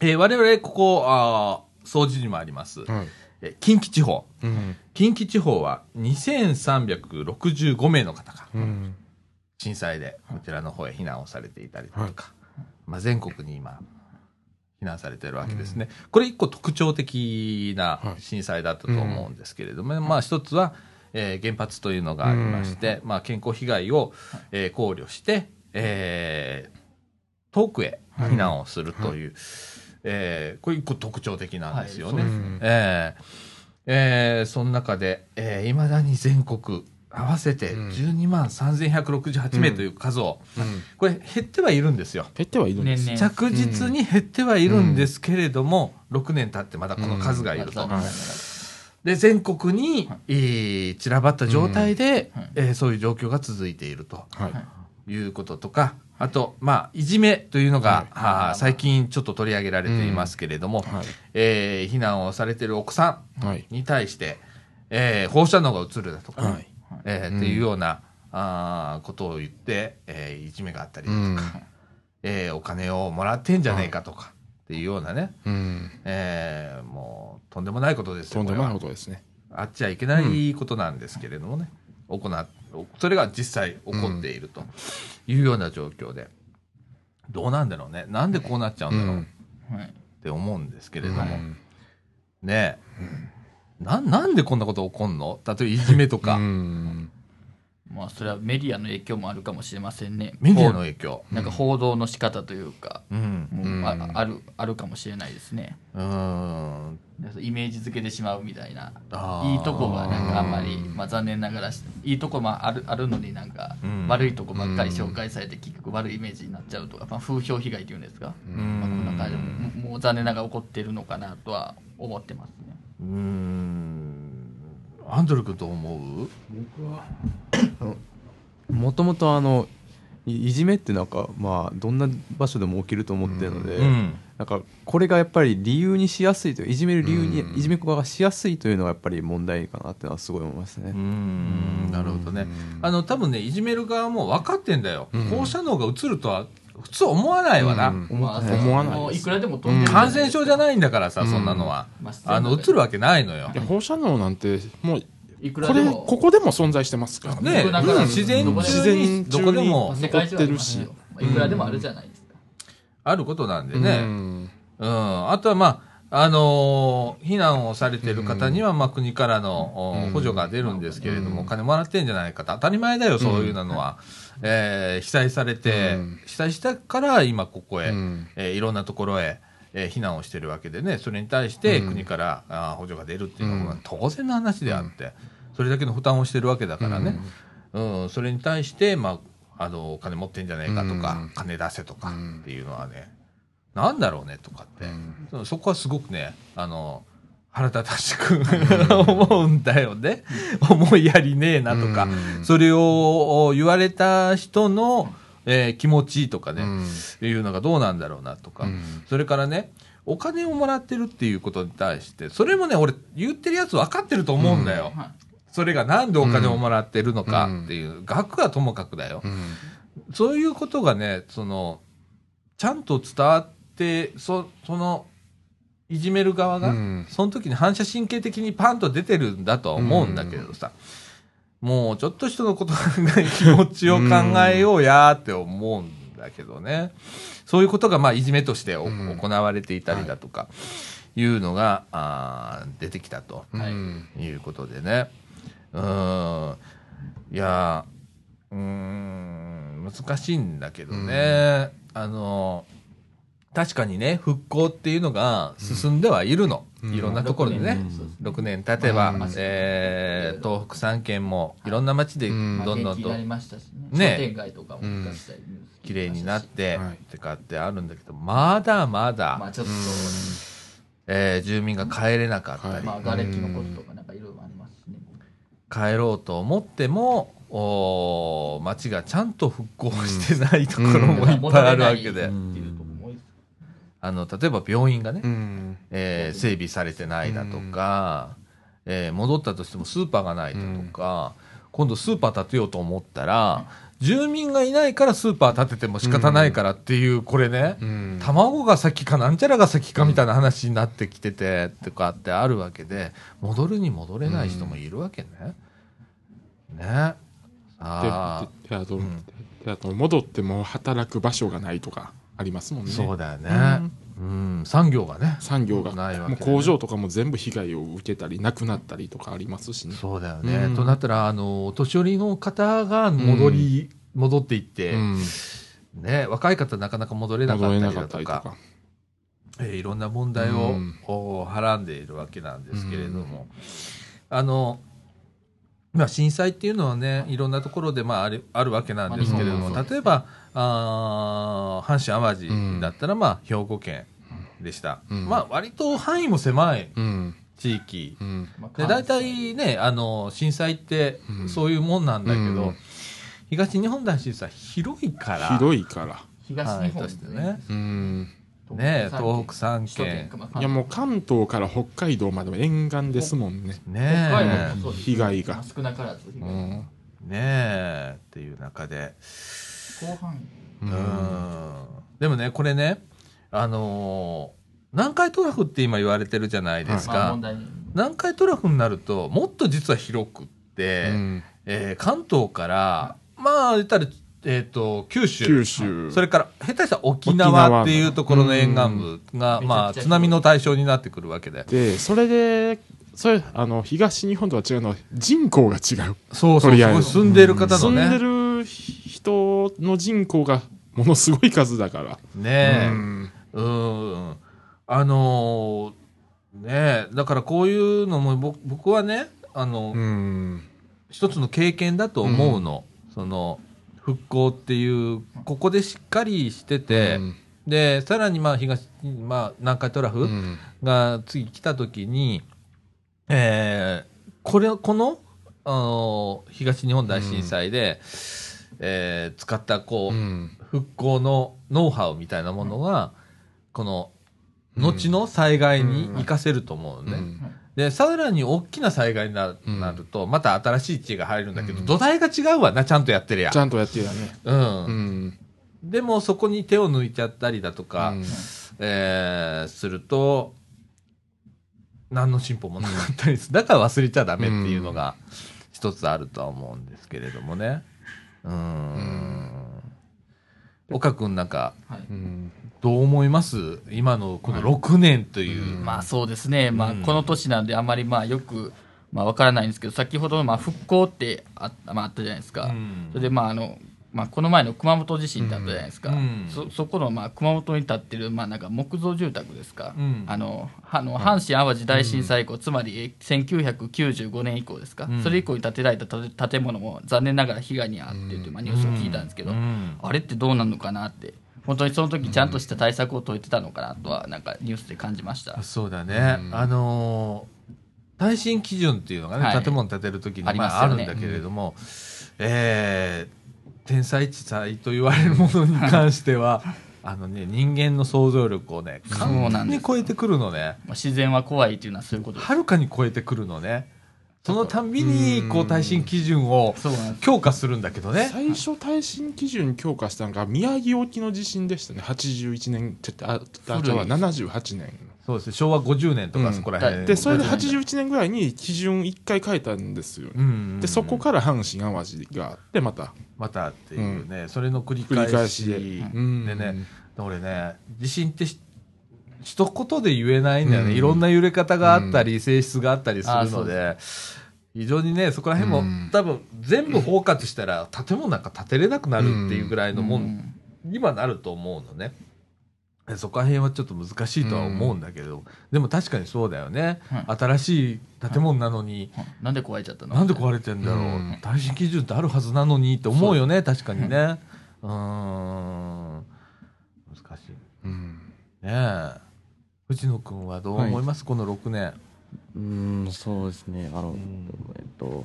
えー我々ここあー掃除にもあります、
はい。
えー近畿地方
うん。
近畿地方は2365名の方が
うん。
震災でこちらの方へ避難をされていたりだとか、まあ、全国に今避難されてるわけですね、これ一個特徴的な震災だったと思うんですけれども、まあ一つは、えー原発というのがありまして、まあ、健康被害を、えー考慮して、えー遠くへ避難をするという、えーこれ一個特徴的なんですよね。
はい
そうですね
えーえーその中で、えー、未だに全国合わせて
うん
12万3168名という数を、
うん。
これ減ってはいるんですよ。
減ってはいるんです。
年々
着実に減ってはいるんですけれども、6年経ってまだこの数がいると。
はい
で、全国に、えー散らばった状態で、
うんはい
えーそういう状況が続いていると
はい。
いうこととか、あと、まあ、いじめというのが、
はい
あー最近ちょっと取り上げられていますけれども、
はい。
えー避難をされている奥さん
はい。
に対して、えー放射能がうつるだとか、
はい。
えーっていうような、あーことを言って、えーいじめがあったり
う
だとか、
ん。
えーお金をもらってんじゃねえかとか、っていうようなね、
うん。
えーもうとんでもないことです
と
よ
んでもない
こ
ことですね。
れはあっちゃいけないことなんですけれどもね、行っそれが実際起こっているというような状況で、どうなんだろうねなんでこうなっちゃう
うん
だろうっ
ん。
はい
て思うんですけれ
う
ども、
ん。
ねえななんでこんなこと起こんの例えばいじめとか、
うん。
まあそれはメディアの影響もあるかもしれませんね。
メディアの影響、
なんか報道の仕方というか、
うん
もう
うん
ああるあるかもしれないですね。
うーん
でイメージ付けてしまうみたいな。
あー
いいとこがなんかあんまり、まあ、残念ながらしいいとこもあるあるのになんか、
うん
悪いとこばっかり紹介されて結局悪いイメージになっちゃうとか、まあ、風評被害っていうんですか、
ん
まあ、こんな感じでももう残念ながら起こってるのかなとは思ってますね。
うーんアンドル君どう思う
もともとあのいいじめってなんかまあどんな場所でも起きると思ってるので、
うん
なんかこれがやっぱり理由にしやすいといういじめる理由に、
うん
いじめっ子がしやすいというのがやっぱり問題かなってのはすごい思いますね。
うーんなるほどね
うん
あの多分ねいじめる側も分かってんだよ、
うん
放射能がうつるとは普通思わないわな、
うん
まあ、
思わない
もういくらでも飛んでるじゃない
感染症じゃないんだからさ、
うん
そんなのは、
まあ
あのうつるわけないのよ、
で放射能なんて、もう、
いくら
こ
で
れ、
も
ここでも存在してますから
ね
ね。
僕なんか
うん自然
どこでも
中に
自然中
ど
に
こでも
世界中ありますよま
残
あいくらでもあるじゃないですか。
あることなんで
う
ね、
ん。
うん、あとはまああのー避難をされている方には、まあ、国からのお補助が出るんですけれども、お金もらってんじゃないかと、当たり前だよ、そういうのは。えー被災されて、
うん
被災したから今ここへ、
うん
えーいろんなところへ、えー避難をしてるわけでね、それに対して
うん
国から、あー補助が出るっていうの
う
は
ん
当然の話であって、それだけの負担をしてるわけだからね、うんそれに対して、まあ、あのお金持ってんじゃないかとか、
うん
金出せとか
うん
っていうのはね、なんだろうねとかって、そそこはすごくね、あの、腹立たしく 思うんだよね。思いやりねえなとか、
うん
それを言われた人の、えー気持ちとかね、
うん
いうのがどうなんだろうなとか、
うん
それからね、お金をもらってるっていうことに対して、それもね、俺、言ってるやつ分かってると思うんだよ。
はい
それがなんでお金をもらってるのかっていう、額はともかくだよ。
うん
そういうことがね、その、ちゃんと伝わって、そその、いじめる側が、
うん
その時に反射神経的にパンと出てるんだとは思うんだけどさ、もうちょっと人のこと考え、気持ちを考えようやーって思うんだけどね。そういうことが、まあ、いじめとしてお
うん
行われていたりだとか、いうのが、あー出てきたと。
はい
うん
いうことでね。うーん。いやー、うーん、難しいんだけどね。あの、確かにね、復興っていうのが進んではいるの。
うん
いろんなところでね。6年経てば、
うん
えー東北3県もいろんな町でど
うん
んど
元
ん
気
と
になりましたしね。
ね
商店街とかも復活したり、
綺麗になっ。て、
は
っ
い
てかってあるんだけど、まだまだ、
まあちょっ
えー住民が帰れなかったり、
と、
はい
まあ瓦礫のこととかなんかいろいろありますし ね。
帰ろうと思っても、おー町がちゃんと復興してないところもいっぱいあるわけで、
っていうとこも多いです
あの例えば病院がね、
うん
えー整備されてないだとか、えー戻ったとしてもスーパーがないだとか、今度スーパー建てようと思ったら、住民がいないからスーパー建てても仕方ないからっていう、これね、
うん
卵が先かなんちゃらが先かみたいな話になってきててとかってあるわけで戻るに戻れない人もいるわけね。ね。さあ
ででであと
ん
であと戻っても働く場所がないとかありますもんね
そうだよね。うん、産業がね。
産業が
ないわけね
もう工場とかも全部被害を受けたりなくなったりとかありますしね
そうだよね。
うん
となったらあのお年寄りの方が戻り、戻っていって、
うん
ね若い方なかなか戻れなか
戻
っ
れ
た
な
り
か
だ
った
と
りと
か
か
えーいろんな問題を、
うん
こうはらんでいるわけなんですけれども、あの、まあ、震災っていうのはねいろんなところで、まあ、あるあるわけなんですけれども、
まあ
例えばあー阪神・淡路だったら、まあ、兵庫県でした、
うん
まあ割と範囲も狭い
うん
地域
うん
まあ
で大体ねあの震災って
うん
そういうもんなんだけど、
うん
東日本大震災広いから
広いから
東
範
日
囲
本
と
で
して
す
ね
ね。
うん
ね東北三
三首都圏
県
かまあ
いやもう関東から北海道までも沿岸ですもんね
ね
北
え
海道もそうです
被害が
まあ少なからず被
う
害
ん
ねえっていう中で
広範
う
うん
ん
でもねこれねあのー南海トラフって今言われてるじゃないですか、
囲まあ問題に
南海トラフになるともっと実は広くって、
うん
えー関東からまあ言ったら、えー、と九州
九州
それから下手したら沖
沖縄
縄っていうところの沿岸部が、
うん
まあ、
めちゃくちゃ広い
津波の対象になってくるわけで
でそれでそれあの東日本とは違うのは人口が違う
そうそ
と
う
り
す
あえ
ごい
ず
住んでる方の
住んで
ね
る人の人口がものすごい数だから
ねえ、
うん
うーんあのーねえだからこういうのも僕僕はねあの、
うん
一つの経験だと思うの、その復興っていうここでしっかりしてて、
うん
でさらにまあ東、まあ、南海トラフ
うん
が次来た時に、えーこれこのあのー東日本大震災で、えー使ったこう、
うん
復興のノウハウみたいなものが、この、後の災害に活かせると思うのね。
うん
で、さらに大きな災害にな
うん
なると、また新しい知恵が入るんだけど、
うん
土台が違うわな、ちゃんとやってりゃ
ち。ゃんとやってるよね。
うん。
うん。
でも、そこに手を抜いちゃったりだとか、えーすると、何の進歩もなかったりする。だから忘れちゃダメっていうのが、一つあるとは思うんですけれどもね。うーん。岡君なんか、
はい
うん
どう思います今のこの6年という。
まあそうですね、まあ、この年なんであまりまあよく、まあ、わからないんですけど先ほどのまあ復興ってあった,、まあ、あったじゃないですか、
うん
それでまああの、まあ、この前の熊本地震ってあったじゃないですか、
うん
そそこのまあ熊本に建ってるまあなんか木造住宅ですか、
うん
あのあの阪神・淡路大震災以降、つまりえ1995年以降ですか、
うん
それ以降に建てられた建て建物も残念ながら被害に遭ってるという、まあ、ニュースを聞いたんですけど、
うん
あれってどうなるのかなって。本当にその時ちゃんとした対策を取れてたのかなとはなんかニュースで感じました。
そうだね。あのー耐震基準っていうのがね、
はい
建物建てるときにま
あ
あ
ります
あ
よ
るん
ね
だけれども、えー天才地才と言われるものに関して は、あのね、人間の想像力をね、
そうなんで
完
す
全に超えてくるのね。
まあ自然は怖いというのはそういうことです。
はるかに超えてくるのね。そのたんびに、こう、耐震基準を
そうなんです。
強化するんだけどね。
最初耐震基準強化したのが宮城沖の地震でしたね81年ちょっとああとは78年
そうですね。昭和50年と
う
か
ん
そこら辺。
でそれで
うん
81年ぐらいに基準1回変えたんですよね
うん
でそこから阪神・淡路があってまた
またっていうね、それの繰り返し
繰り返しでうん
でね、俺ね地震ってひ一言で言えないんだよね、
うん
いろんな揺れ方があったり、性質があったりす
あ
る
そ
の
う
で
で
非常にねそこら辺も、
うん
多分全部包括したら建物なんか建てれなくなるっていうぐらいのも
うんん
にはなると思うのね。でそこら辺はちょっと難しいとは思うんだけど、でも確かにそうだよね、
は
新しい建物なのに、
なんで壊れちゃったの
なんで壊れてんだろう、
うん
耐震基準ってあるはずなのにって思うよね、確かに ね。うーん、難しい。
うん
ねえ。藤野君はどう思います、この6年。
うーんそうですねあの、えっと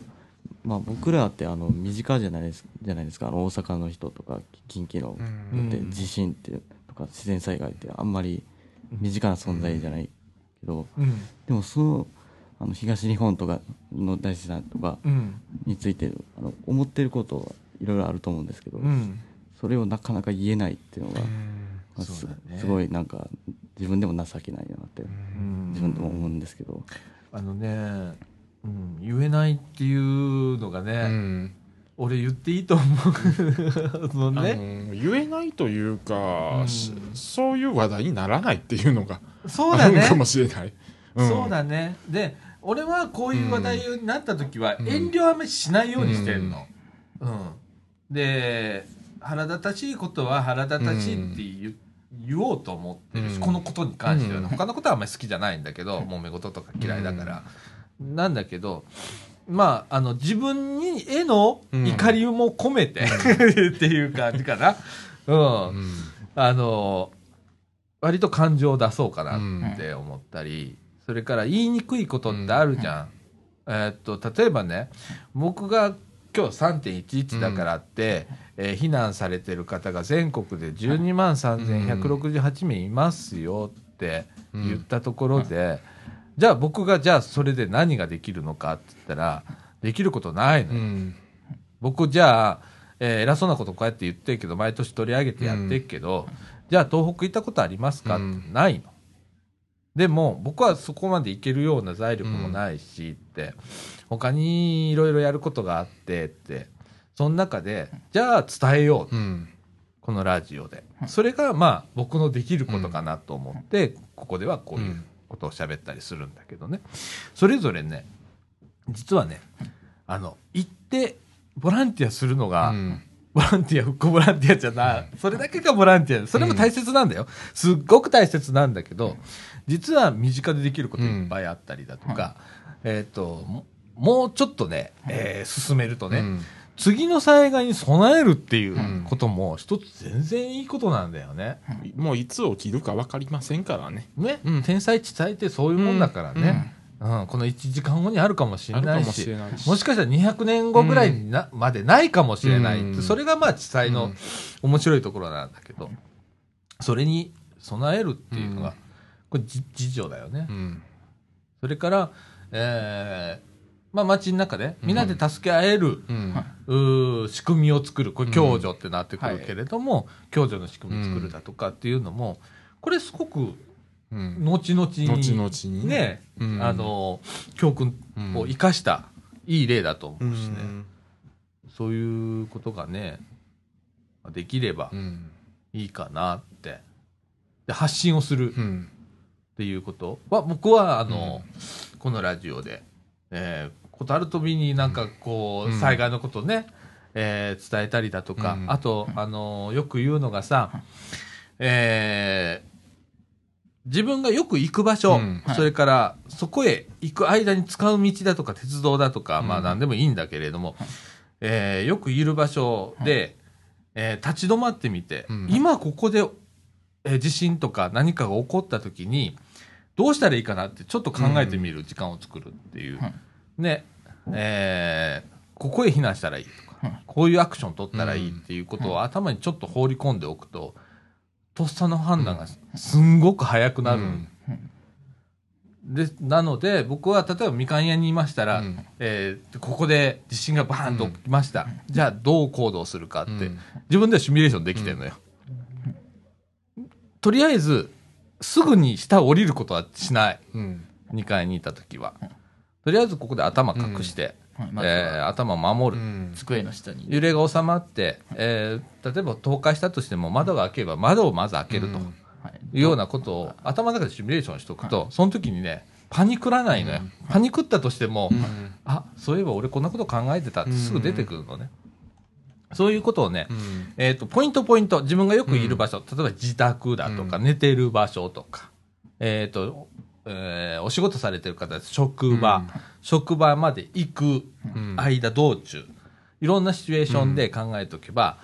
まあ僕らってあの身近じゃないですじゃないですかあの大阪の人とか近畿の
うん
人って
うん
地震ってとか自然災害ってあんまり身近な存在じゃないけど、
うん。
でもそのあの東日本とかの大震災とか
うん。
についてあの思ってることはいろいろあると思うんですけど、
うん。
それをなかなか言えないっていうのが、まあ
そ
す
うだね
すごいなんか自分でも情けないなって自分でも思うんですけど、
あのね、うん、言えないっていうのがね、
うん
俺言っていいと思う。 その
あの
ね。
言えないというか、
うん
しそういう話題にならないっていうのが
そう
あ
だ
るん
ね
か。もしれない。ん
そうだね。で、俺はこういう話題になった時は、
うん
遠慮はあんまりしないようにしてんの。うん。で、腹立たしいことは腹立たしいって言,、言おうと思ってるし、
うん
このことに関してはね、
うん
他のことはあんまり好きじゃないんだけど、揉め事とか嫌いだから。なんだけど、まあ、あの、自分に、への怒りも込めて、っていう感じかな。うん
う。ん
あの割と感情を出そうかなって思ったり、それから言いにくいことってあるじゃん。えーっと例えばね僕が今日3.11だからって、えー避難されてる方が全国で12万3168名いますよって言ったところで、じゃあ僕がじゃあそれで何ができるのかって言ったらできることないのよ
うん
僕じゃあ、えー偉そうなことこうやって言ってるけど毎年取り上げてやってるけど、じゃあ東北行ったことありますか、
うん
ってないのでも僕はそこまで行けるような財力もないしって、他にいろいろやることがあってってその中でじゃあ伝えようって
うん
このラジオで、それがまあ僕のできることかなと思って、ここではこういうことを喋ったりするんだけどねそれぞれね実はねあの行ってボランティアするのが、
うん
ボランティア、復興ボランティアじゃない。それだけがボランティア。それも大切なんだよ。すっごく大切なんだけど、実は身近でできることいっぱいあったりだとか、えっ、と、ももうちょっとね、えー進めるとね、
うん
次の災害に備えるっていうことも一つ全然いいことなんだよね。
もういつ起きるか分かりませんからね。
ね、
うん
天才地裁ってそういうもんだからね。うんこの1時間後にあるかもしれないし、
あるかもしれないし
もしかしたら200年後ぐらいにな、までないかもしれないって、
うん
それがまあ地裁
う
の
ん
面白いところなんだけど、それに備えるっていうのが、
うん
これじ自助だよね。
うん
それから、えーまあ街の中で、みんなで助け合える、
うん
うー仕組みを作る、これ、共助ってなってくるけれども、共助の仕組み作るだとかっていうのも、これ、すごく
うん
後々に
後々に
ね、
うん
あの教訓を生かしたいい例だと思うしね、そういうことがね、できれば
う、ん
いいかなって。で、発信をするっ
うん。
ていうことは、僕は、あの、このラジオで、えーことあるとびになんかこう、
うん
災害のことね、えー伝えたりだとか、
うん
あと、あのよく言うのがさ、えー自分がよく行く場所、
うん
はい
それからそこへ行く間に使う道だとか鉄道だとか、まあ
うん
何でもいいんだけれども、えーよくいる場所で、えー立ち止まってみて、
うん
今ここで、えー地震とか何かが起こった時にどうしたらいいかなってちょっと考えてみる時間を作るっていう、
はい
ねえーここへ避難したらいいと
は
か
い
こういうアクション取ったらいいっていうことを頭にちょっと放り込んでおくととっさの判断がすんごく早くなる、
うん
でなので僕は例えばみかん屋にいましたら、
うん
えーここで地震がバーンと起きました、じゃあどう行動するかって、
うん
自分ではシミュレーションできてるのよ、とりあえずすぐに下を降りることはしない
うん。
2階にいた時はとりあえずここで頭隠して、
はいまずは
えー頭守
う
る、
ん。
机の下に。
揺れが収まって、えー例えば倒壊したとしても窓が開ければ窓をまず開けると
うん
はい
いうようなことを頭の中でシミュレーションしておくと、その時にねパニクらないのよ、パニクったとしても、あそういえば俺こんなこと考えてたってすぐ出てくるのね、そういうことをね、
うん。
えー、とポイントポイント自分がよくいる場所、例えば自宅だとか、寝てる場所とか、えーとえーお仕事されてる方です職場、
うん
職場まで行く
うん
間、道中いろんなシチュエーションで考えておけば、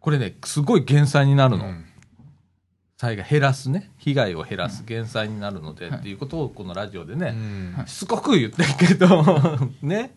これねすごい減災になるの、
うん
災害減らすね被害を減らす減災になるので、っていうことをこのラジオでね、
うん
しつこく言ってるけど ね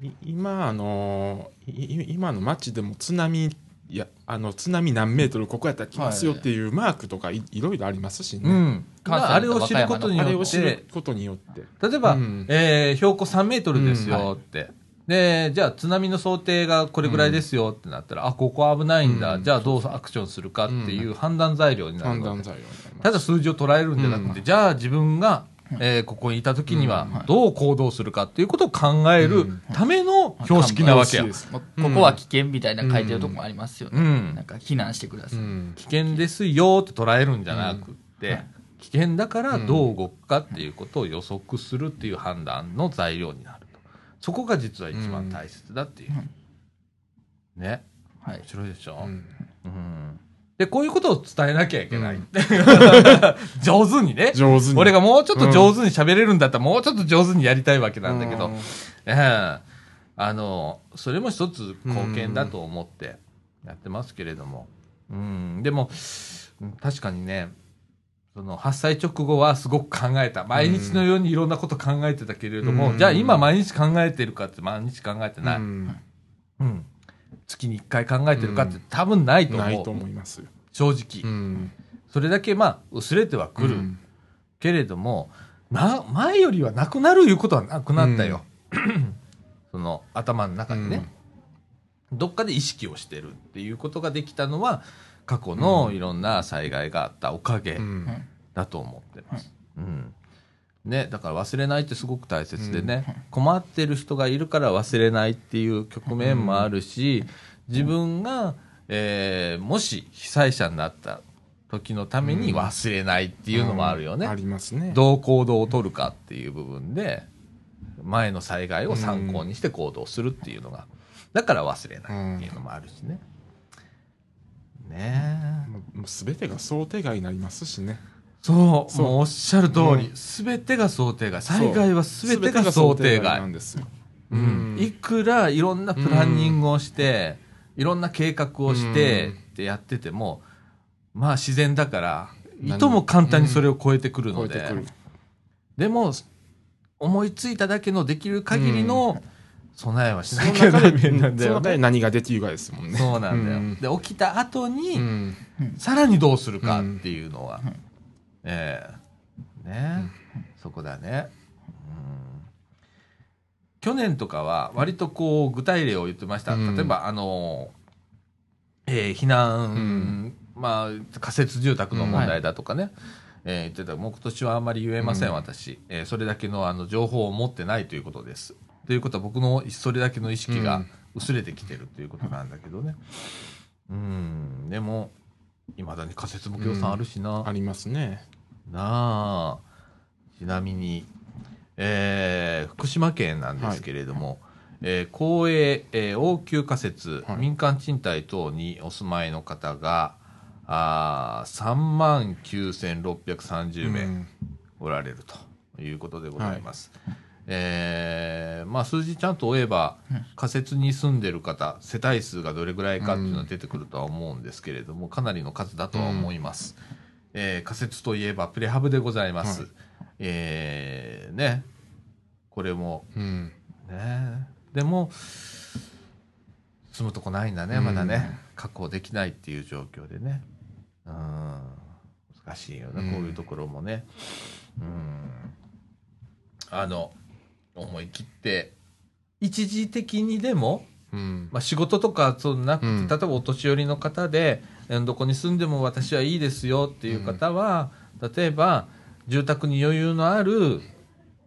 い今あのいい今の街でも津波いやあの津波何メートルここやったら来ますよっていうマークとかいいろいろありますし
う
ね、
んあれを知ることに
あれ
よ
を
っ
知る
て
ことによって
例えば、
うん
えー標高3メートルです
うん
よって、でじゃあ津波の想定がこれぐらいですよってなったら、あここ危ないんだ、
うん
じゃあどうアクションするかっていう判断材料になる
判
ので
断材料になります
ただ数字を捉えるんじゃなくて、じゃあ自分が、えーここにいた時にはどう行動するかっていうことを考え
う
る
ん
ための標識なわけや
楽しい。です
まあここは危険みたいな書いてるとこもありますよね。
うん
なんか避難してくださ
う
い。
ん
危険ですよって捉えるんじゃなくって、
うんはい
危険だからどう動くかっていうことを予測するっていう判断の材料になるとそこが実は一番大切だっていう、ね
はい
面。白いでしょ、う
う
ん
ん
でこういうことを伝えなきゃいけない、 上手にね
上手に
俺がもうちょっと上手に喋れるんだったらもうちょっと上手にやりたいわけなんだけど、
うん
ええあのそれも一つ貢献だと思ってやってますけれども、うん、でもうん確かにねその発災直後はすごく考えた毎日のようにいろんなこと考えてたけれども、
うん
じゃあ今毎日考えてるかって毎日考えてない、
う
うん
ん
月に1回考えてるかって多分ないと思う、
ないと思いますよ、
正直、
ん、
それだけまあ薄れてはくる、
うん
けれどもな前よりはなくなるいうことはなくなったよ、 その頭の中にね、どっかで意識をしてるっていうことができたのは過去のいろんな災害があったおかげ
うん
だと思ってます、うんね、だから忘れないってすごく大切でね、困ってる人がいるから忘れないっていう局面もあるし、自分が、えーもし被災者になった時のために忘れないっていうのもあるよね、
うんありますね
どう行動を取るかっていう部分で前の災害を参考にして行動するっていうのが、だから忘れないっていうのもあるしね。ねえ
もうもう全てが想定外になりますしね
そう
そう
もうおっしゃる通り、全てが想定外災害は全てが想定外
なんですよ、
うんいくらいろんなプランニングをして、いろんな計画をしてってやっててもまあ自然だからいとも簡単にそれを超えてくる
超
の
え
で。
てくる
でも思いついただけのできる限りの備えはし
そ
な
の
きゃダ
中
メ
で
なんだ
その
よ
中で
ね。
何ができるかですもんね
そうなんだよ。
うん
で起きた後に、
うん
さらにどうするかっていうのは、ええね、そこだね。うん去年とかは割とこう具体例を言ってました。
うん
例えばあの、えー避難、まあ仮設住宅の問題だとかね。えー言ってたもう今年はあんまり言えません、
うん
私、えーそれだけのあの情報を持ってないということです。ということは僕のそれだけの意識
う
が
ん
薄れてきてるということなんだけどね。うん、でもいまだに仮設木魚さんあるしな、
ありますね。
なあちなみに、えー福島県なんですけれども、えー公営、えー応急仮設、
はい
民間賃貸等にお住まいの方があ3万9630名、
うん
おられるということでございます。えーまあ、数字ちゃんと追えば、仮設に住んでる方、世帯数がどれぐらいかっていうのは出てくるとは思うんですけれども、かなりの数だとは思います。えー仮設といえばプレハブでございます。
はい
えーね、これも、
うん。
ね、でも、住むとこないんだね、まだね、確保できないっていう状況でね。うん、難しいよね、こういうところもね。うん、あの、思い切って、一時的にでも、
うん。
まあ、仕事とかそのなくて、
うん
例えばお年寄りの方で、えーどこに住んでも私はいいですよっていう方は、例えば、住宅に余裕のある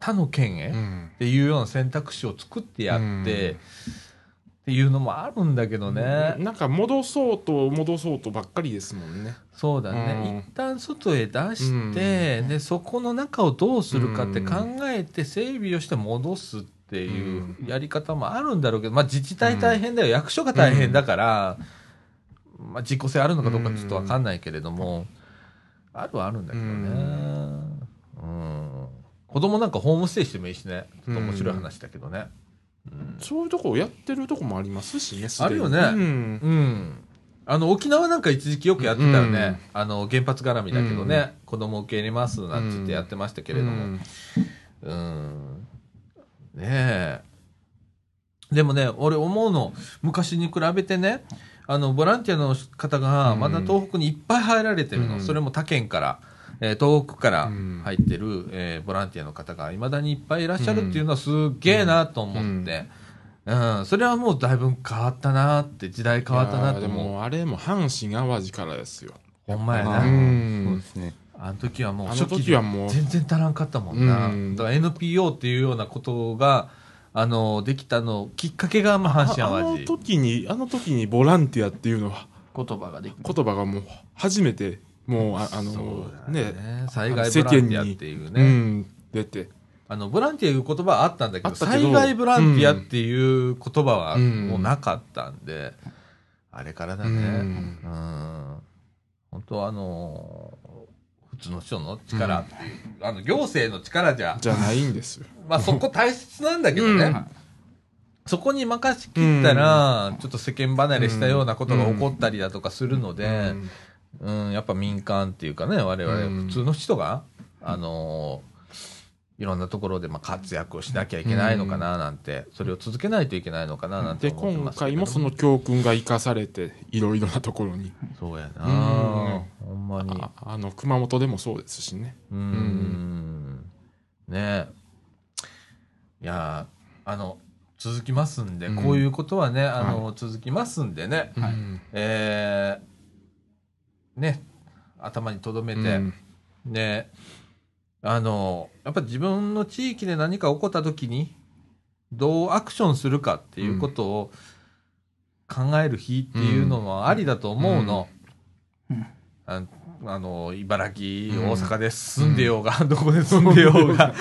他の県へ、
うん
っていうような選択肢を作ってやって、
うん
っていうのもあるんだけどね、
なんか戻そうと戻そうとばっかりですもんね。
そうだね、
うん
一旦外へ出して、でそこの中をどうするかって考えて整備をして戻すっていううやり方もあるんだろうけど、まあ、自治体大変だよ、役所が大変だから、まあ、実効性あるのかどうかちょっとわかんないけれども、あるはあるんだけどね、うん子供なんかホームステイしてもいいしねちょっと面白い話だけどね。
そういうとこをやってるとこもありますしね。
あるよね
うん。
うん。あの、沖縄なんか一時期よくやってたよね。あの、原発絡みだけどね、子供受け入れますなんつってやってましたけれども。うん。ねえ。でもね、俺思うの、昔に比べてね、あの、ボランティアの方が、まだ東北にいっぱい入られてるの。
うん
それも他県から。えー東北から
うん
入ってる、えーボランティアの方がいまだにいっぱいいらっしゃるっていうのはすっげえなと思って、うん、それはもうだいぶ変わったなって、時代変わったなって
で
思う。
もあれも阪神・淡路からですよ。
ほんまや
あ
な。
ん
ーそうですね。
あの時はもう
あの
初期
時
で
はもう
全然足らんかったもんな。
うん
だから NPO っていうようなことが、あの、できたの、きっかけが、まあ、阪
ああの
神淡路。
時に、あの時にボランティアっていうのは、
言葉ができ
言葉がもう初めて、もう、ああの、ね、
災害ボランティアっていうね。
うん、出て。
あの、ボランティアいう言葉はあったんだけ
あ
ど、
ったけ
災
ど
害ボランティアっていう言葉は
うん
もうなかったんで、あれからだね。
うん
うん。本当はあのー普通の人の力っていう、あの、行政の力じゃ、
じゃない んですよ。
まあそこ大切なんだけどね。
うん
そこに任しきったら、ちょっと世間離れしたようなことが起こったりだとかするので、
うん
うん、やっぱ民間っていうかね、我
う
々、
ん
普通の人が、あのーいろんなところでまあ活躍をしなきゃいけないのかななんて、それを続けないといけないのかななんて
で、
思って
今
ますけれ
回
ど
もその教訓が生かされて、いろいろなところに。
そうやな、
う
ほんまに
ああの、熊本でもそうですしね。
うーんねえいやーあの続きますんで、
うん
こういうことはねあの、続きますんでね、
はい。
えーね頭に留めて、
うん
ねあのやっぱ自分の地域で何か起こった時にどうアクションするかっていうことを考える日っていうのもありだと思うの。ああの茨城、
うん
大阪で住んでようが、どこで住んでようが。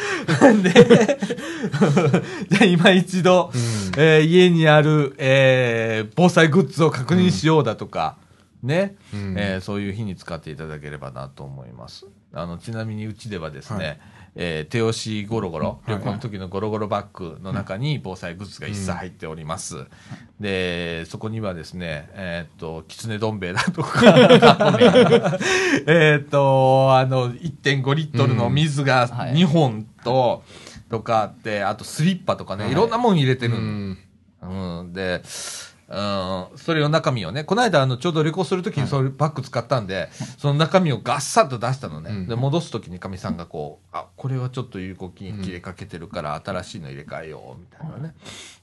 で、 じゃあ今一度、えー家にある、えー防災グッズを確認しようだとか、ね、
うん
えーそういう日に使っていただければなと思います。あのちなみにうちではですね、
はい
えー手押しゴロゴロ、
はい
旅行の時のゴロゴロバッグの中に防災グッズが一切入っております。で、そこにはですね、えーっと、きつねどん兵衛だとか、 えーっと、あの、1.5リットルの水が
はい
2本と、とかあって、あとスリッパとかね、いろんなもん入れてるんうん、で、うん、それの中身をね、この間、あの、ちょうど旅行するときにそれバッグ使ったんで、その中身をガッサッと出したのね。
うん
で、戻すときにかみさんがこう、あ、これはちょっと有効金切れかけてるから、新しいの入れ替えよう、みたいなね、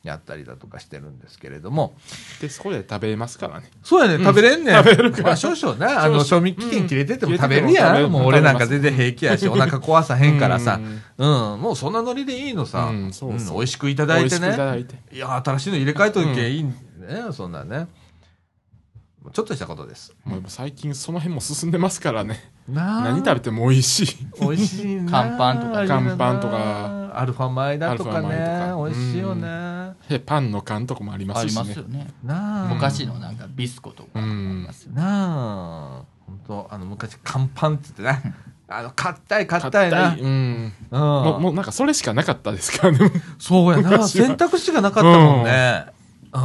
やったりだとかしてるんですけれども、
で、そこで食べますからね。
そうやね、食べれんねん。まあ、少々な、あの、賞味期限切れてても食べる
うん切れて
や
て
ん。
も
もう俺なんか全然平気やし、お腹壊さへんからさ。 うん、もうそんなノリでいいのさ。う
うんんそうそう
美味しくいた
美
だい
味
て
しくいた
ね。
だいて。
いや、新しいの入れ替えといけいいね、そんなんね。ちょっとしたことです。
もう今最近その辺も進んでますからね何
何
食べても美味しい
美味しいな
乾パンとか
あれだな
乾パンとか
アルファ米だとか
アルファ米
ね
とか
美味しいよね
うでパンの缶とかもありま
あ
す
り
し
ま
ね
すよね。
なあ
お菓子のなんかビスコとかあ
う
り
ん
ますよね。
なあ本当あの昔乾パンって言ってねあの硬い硬
硬
い
い
な
うん
うん
もうもうなんかそれしかなかったですからね
そうやな
昔は
選択肢がなかったもんねう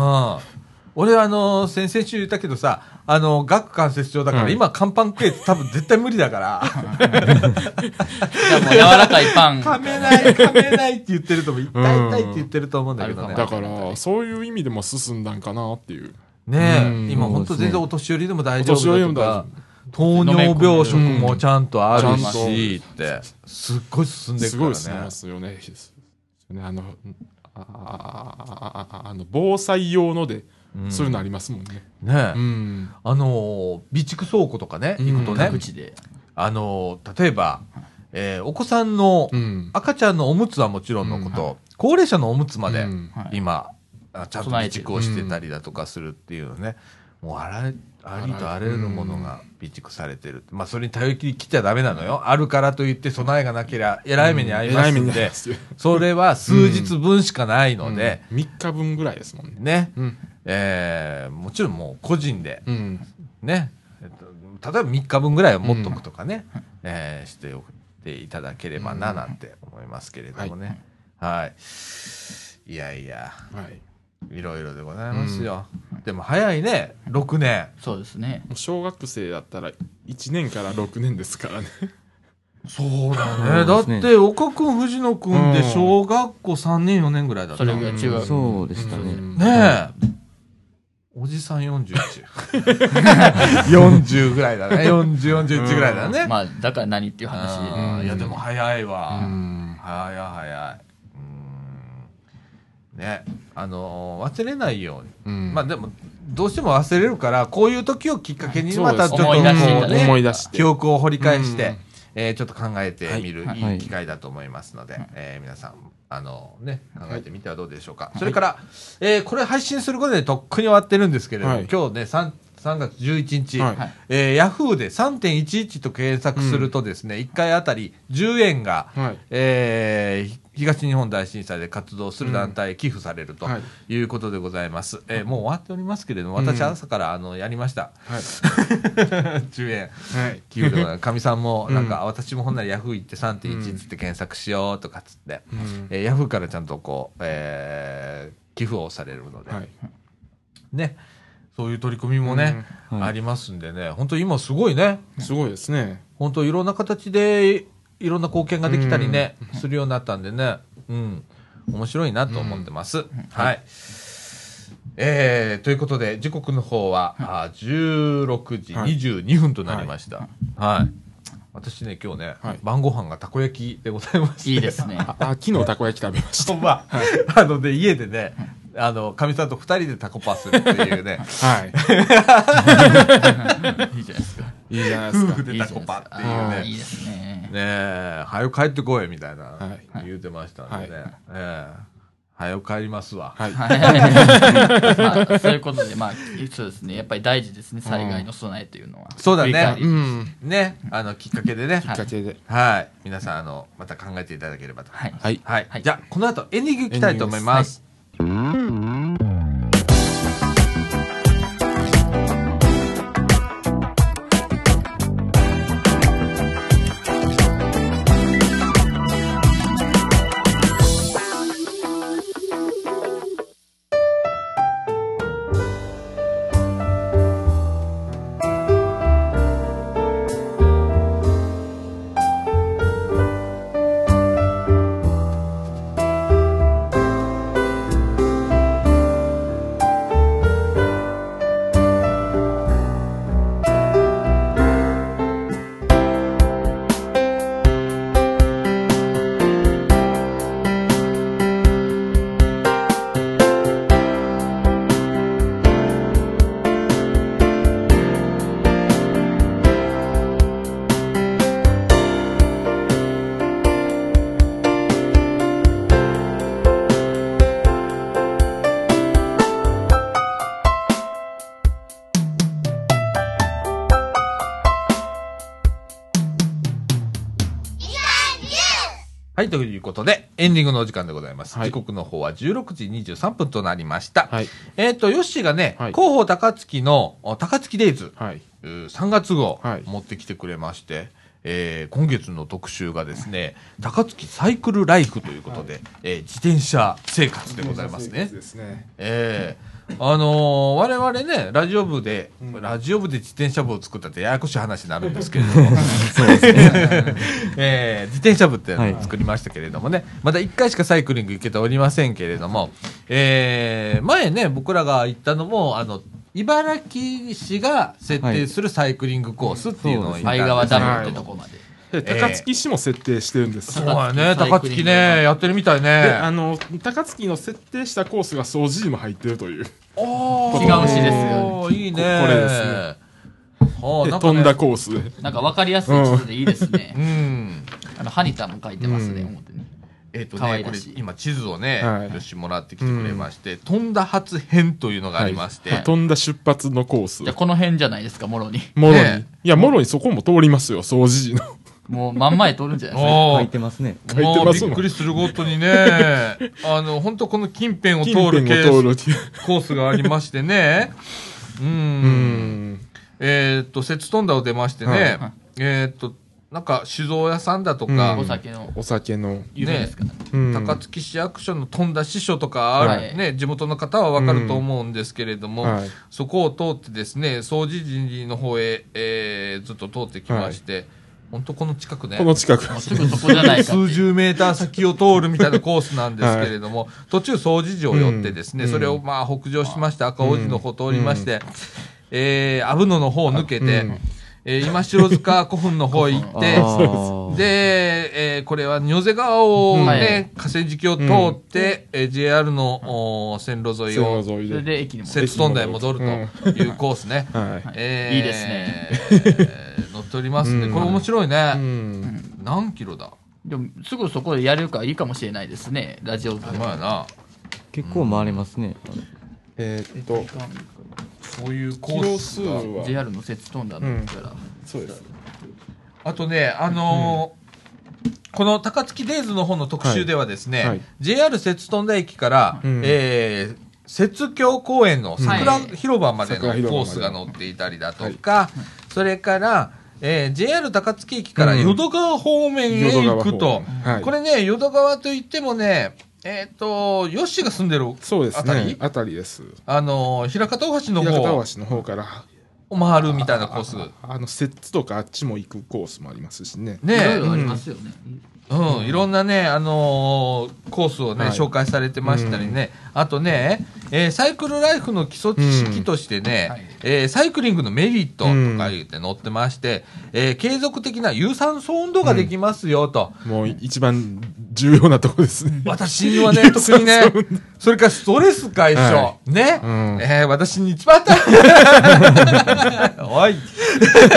ん俺あの先々週言ったけどさあの顎関節症だから、
うん
今乾パン食えって多分絶対無理だから
じゃあもう柔らかいパン。
噛め ない噛めないって言ってると思う痛い痛いって言ってると思うんだけど
う
ね
ん
だからそういう意味でも進んだんかなっていう
ねえ、
うん
今本当全然お年寄りでも大丈夫だとか
お
糖
寄りでも大丈
尿
夫
病食もちゃんとあるし、
う
ってすっごい進んでい
す
くか
ごい進み
らね
ますよねねあのあああああの防災用ので
ん
そういうのありますもんね
ねえ、
うん
あのー備蓄倉庫とかね
うん
行くとね、
各地で。
あのー例えば、えーお子さんの
うん
赤ちゃんのおむつはもちろんのこと、高齢者のおむつまで
うん
はい
今、あちゃんと備
備えてる
蓄をしてたりだとかするっていうのね、もうあらありとあらゆるものが備蓄されてる、まあそれに頼りきり切っちゃダメなのよあるからといって備えがなけりゃえらい目に遭います
うんえらい目
ん
に遭い
で、
ますよ
それは数日分しかないので、
3日分ぐらいですもんね
ね、
うん
えーもちろんもう個人で
うん
ね、えっと、例えば3日分ぐらいは持っとくとかね、えーしておいていただければななんて思いますけれどもね、はい、いやいや
はい
いろいろでございますよ。でも早いね、6年。
そうですね。
もう小学生だったら1年から6年ですからね
そうだ
ね
だって、岡君、藤野君って
うん
小学校3年、4年ぐらいだった
そ
ね
れぐらい中学。
そうでしたね。
え。おじさん41。40ぐらい だね。40、41ぐらいだね。
まあ、だから何っていう話
あーいや、でも早いわ。
うん
早い早い。うーんね、あのー忘れないように。
うん
まあでも、どうしても忘れるから、こういう時をきっかけに、
そう
ま
です
たちょっとこ
思い出して
うね、
思い出して
記憶を掘り返して、
うん
えーちょっと考えてみる、
はい
い、
はいい
機会だと思いますので、えー皆さん、あのね、考えてみてはどうでしょうか。それから、えーこれ配信することでとっくに終わってるんですけれども、
はい
今日ね、3, 3月11日、
はい
はい
えー、ヤフーで3.11と検索するとですね、1回あたり10円が、
はい
えーひ東日本大震災で活動する団体へ寄付されると
はい
いうことでございます。えーもう終わっておりますけれども、私
うん
朝からあのやりました。
は い
10円。
はい
寄付でござ いますかみさんも、
うん
なんか、あ私もほんならヤフー行って3.11つって検索しようとかっつって、
うん
えーヤフーからちゃんとこう、えー寄付をされるので、
はい
ね、そういう取り組みもね、
うんはい
ありますんでね、本当今すごいね、
すごいですね
本当いろんな形でいろんな貢献ができたりね、するようになったんでね、うん、面白いなと思ってます。はい。えー、ということで、時刻の方は、あー16時
はい
22分となりました。はい。私ね、今日ね、
はい
晩ご飯がたこ焼きでございまして。
いいですね。
ああ昨日たこ焼き食べました
ほんま、 あのね、家でね、あの、かみさんと二人でタコパするっていうね、
はい
いいじゃないですか。
いいじゃないで
夫
すか
婦で
いい
タ
じゃ
コ
な
パっ
い
ていうね
い。ですね。
ねえ、はよ帰ってこいみたいな
は、
言うてましたんでね。
はい
ええはよ帰りますわ。
はい
まあそういうことで、まあ、そうですね。やっぱり大事ですね。災害の備えというのは。
そうだね
振り返り
うん
ね、あの、きっかけでね。
きっかけで
はい。皆さん、あの、また考えていただければと。
はい。
はい
はい。
はい
じゃあ、この後、エンディングいきたいと思います。はい、ということで、エンディングのお時間でございます。
はい
時刻の方は16時23分となりました。
はい
えっ、と、ヨッシーがね、
はい
広報高槻の、お高槻デイズ、
はい。
えー3月号、
はい
持ってきてくれまして、えー今月の特集がですね、高槻サイクルライフということで、えー自転車生活でございますね。
ですね。
ええあのー我々ね、ラジオ部で、ラジオ部で自転車部を作ったってややこしい話になるんですけれど も、 ええ自転車部っていうのを作りましたけれどもね、まだ1回しかサイクリング行けておりませんけれども、ええ前ね、僕らが行ったのも、あの、茨城市が設定するサイクリングコースっていうのを行ったん
相
です
川ダムって
けど
とこまで。
で
ええ
高槻市も設定してるんです
そ
よ。
うやね、高
高槻
槻ね、やってるみたい
で
ね。
あの高槻の設定したコースが掃除にも入ってるという、
おー
違うしですよ
いいね。
ここれですね
はあ
で
なんか
飛
ね
んだコースで
なんか分かりやすい地図でいいです
う
ね。
ん。
あの、ハニタも書いてますね、
うん
表に。
えっ、と
可
ね、
愛
こ
ら
れ
しい
今地図をね、
はい
よしもらってきてくれまして、飛んだ発編というのがありまして、
飛んだ出発のコース
じゃあ、この辺じゃないですか、もろに。
もろに、
ね
いやもろにそこも通りますよ掃除の
もう、真ん前通るんじゃないですか。
お
書い
ー
てますね。
書いてますもん
もうびっくりするごとにね、あの、本当この近辺を
近
通
辺
る
を
ケー
通るっていう
スコースがありましてね、うん。
うん
えっ、と、雪飛んだを出ましてね、
はい
えっ、と、なんか酒造屋さんだと
う
か、
ん
お酒の
お酒の、
有名ですから。
うん
高槻市役所の飛んだ師匠とかある、
はい
ね、地元の方はわかると思うんですけれども、
はい
そこを通ってですね、総除寺の方へ、えーずっと通ってきまして、本当この近くね
こ、の近く
もうすぐそこじゃないかって
数
いう。
十メーター先を通るみたいなコースなんですけれども、途中総除寺を寄ってですね、
うん
それをまあ北上しまして、赤王子の方通りまして、えー、阿武野の方を抜けて、
うん
えー今城塚古墳の方へ行って、
ああ
で、えーこれは仁瀬川をね、
はい
河川敷を通って、えー JR の、おー線路沿いを、
線路沿い
そ
で
れで駅にも。
摂津台へ戻るというコースね。
はい、
え
いいですね
えー乗っておりますね。
うん
これ面白いね。
うん、
何キロだ
でも、すぐそこでやれるからいいかもしれないですね、ラジオ部
お前やな。
結構回れますね。
えーっと
そういうコ
キ
ー
ロ
ス
数
が。
は
JR の雪飛んだのから。
そうです
あとね、あのーこの高槻デイズの方の特集ではですね、
はいはい
JR 摂津田駅から、
うん
えー雪橋公園の桜
はい
広場までのコ
桜広場ま
ー
で
スが載っていたりだとか、それから、えー JR 高槻駅から淀川方面へ行くと
淀川方、面はい
これね、淀川といってもね、えっ、と、ヨッシーが住んでる
そうです
あたり
ね、あたりです。
あのー、平方大橋の
平
方
方橋の方から、
を回るみたいなコース。
あの、摂津とかあっちも行くコースもありますしね。
ね
いろいろありますよね。
うん、いろんなね、あのーコースをね、
はい
紹介されてましたりね、あとね、えーサイクルライフの基礎知識としてね、
うんはい
えーサイクリングのメリットとか言って載ってまして、えー継続的な有酸素運動ができますよと。
もう一番重要なとこですね。
私は ね、特にね、それからストレス解消。
は
ね、
うん
えー私に一番大変。おい。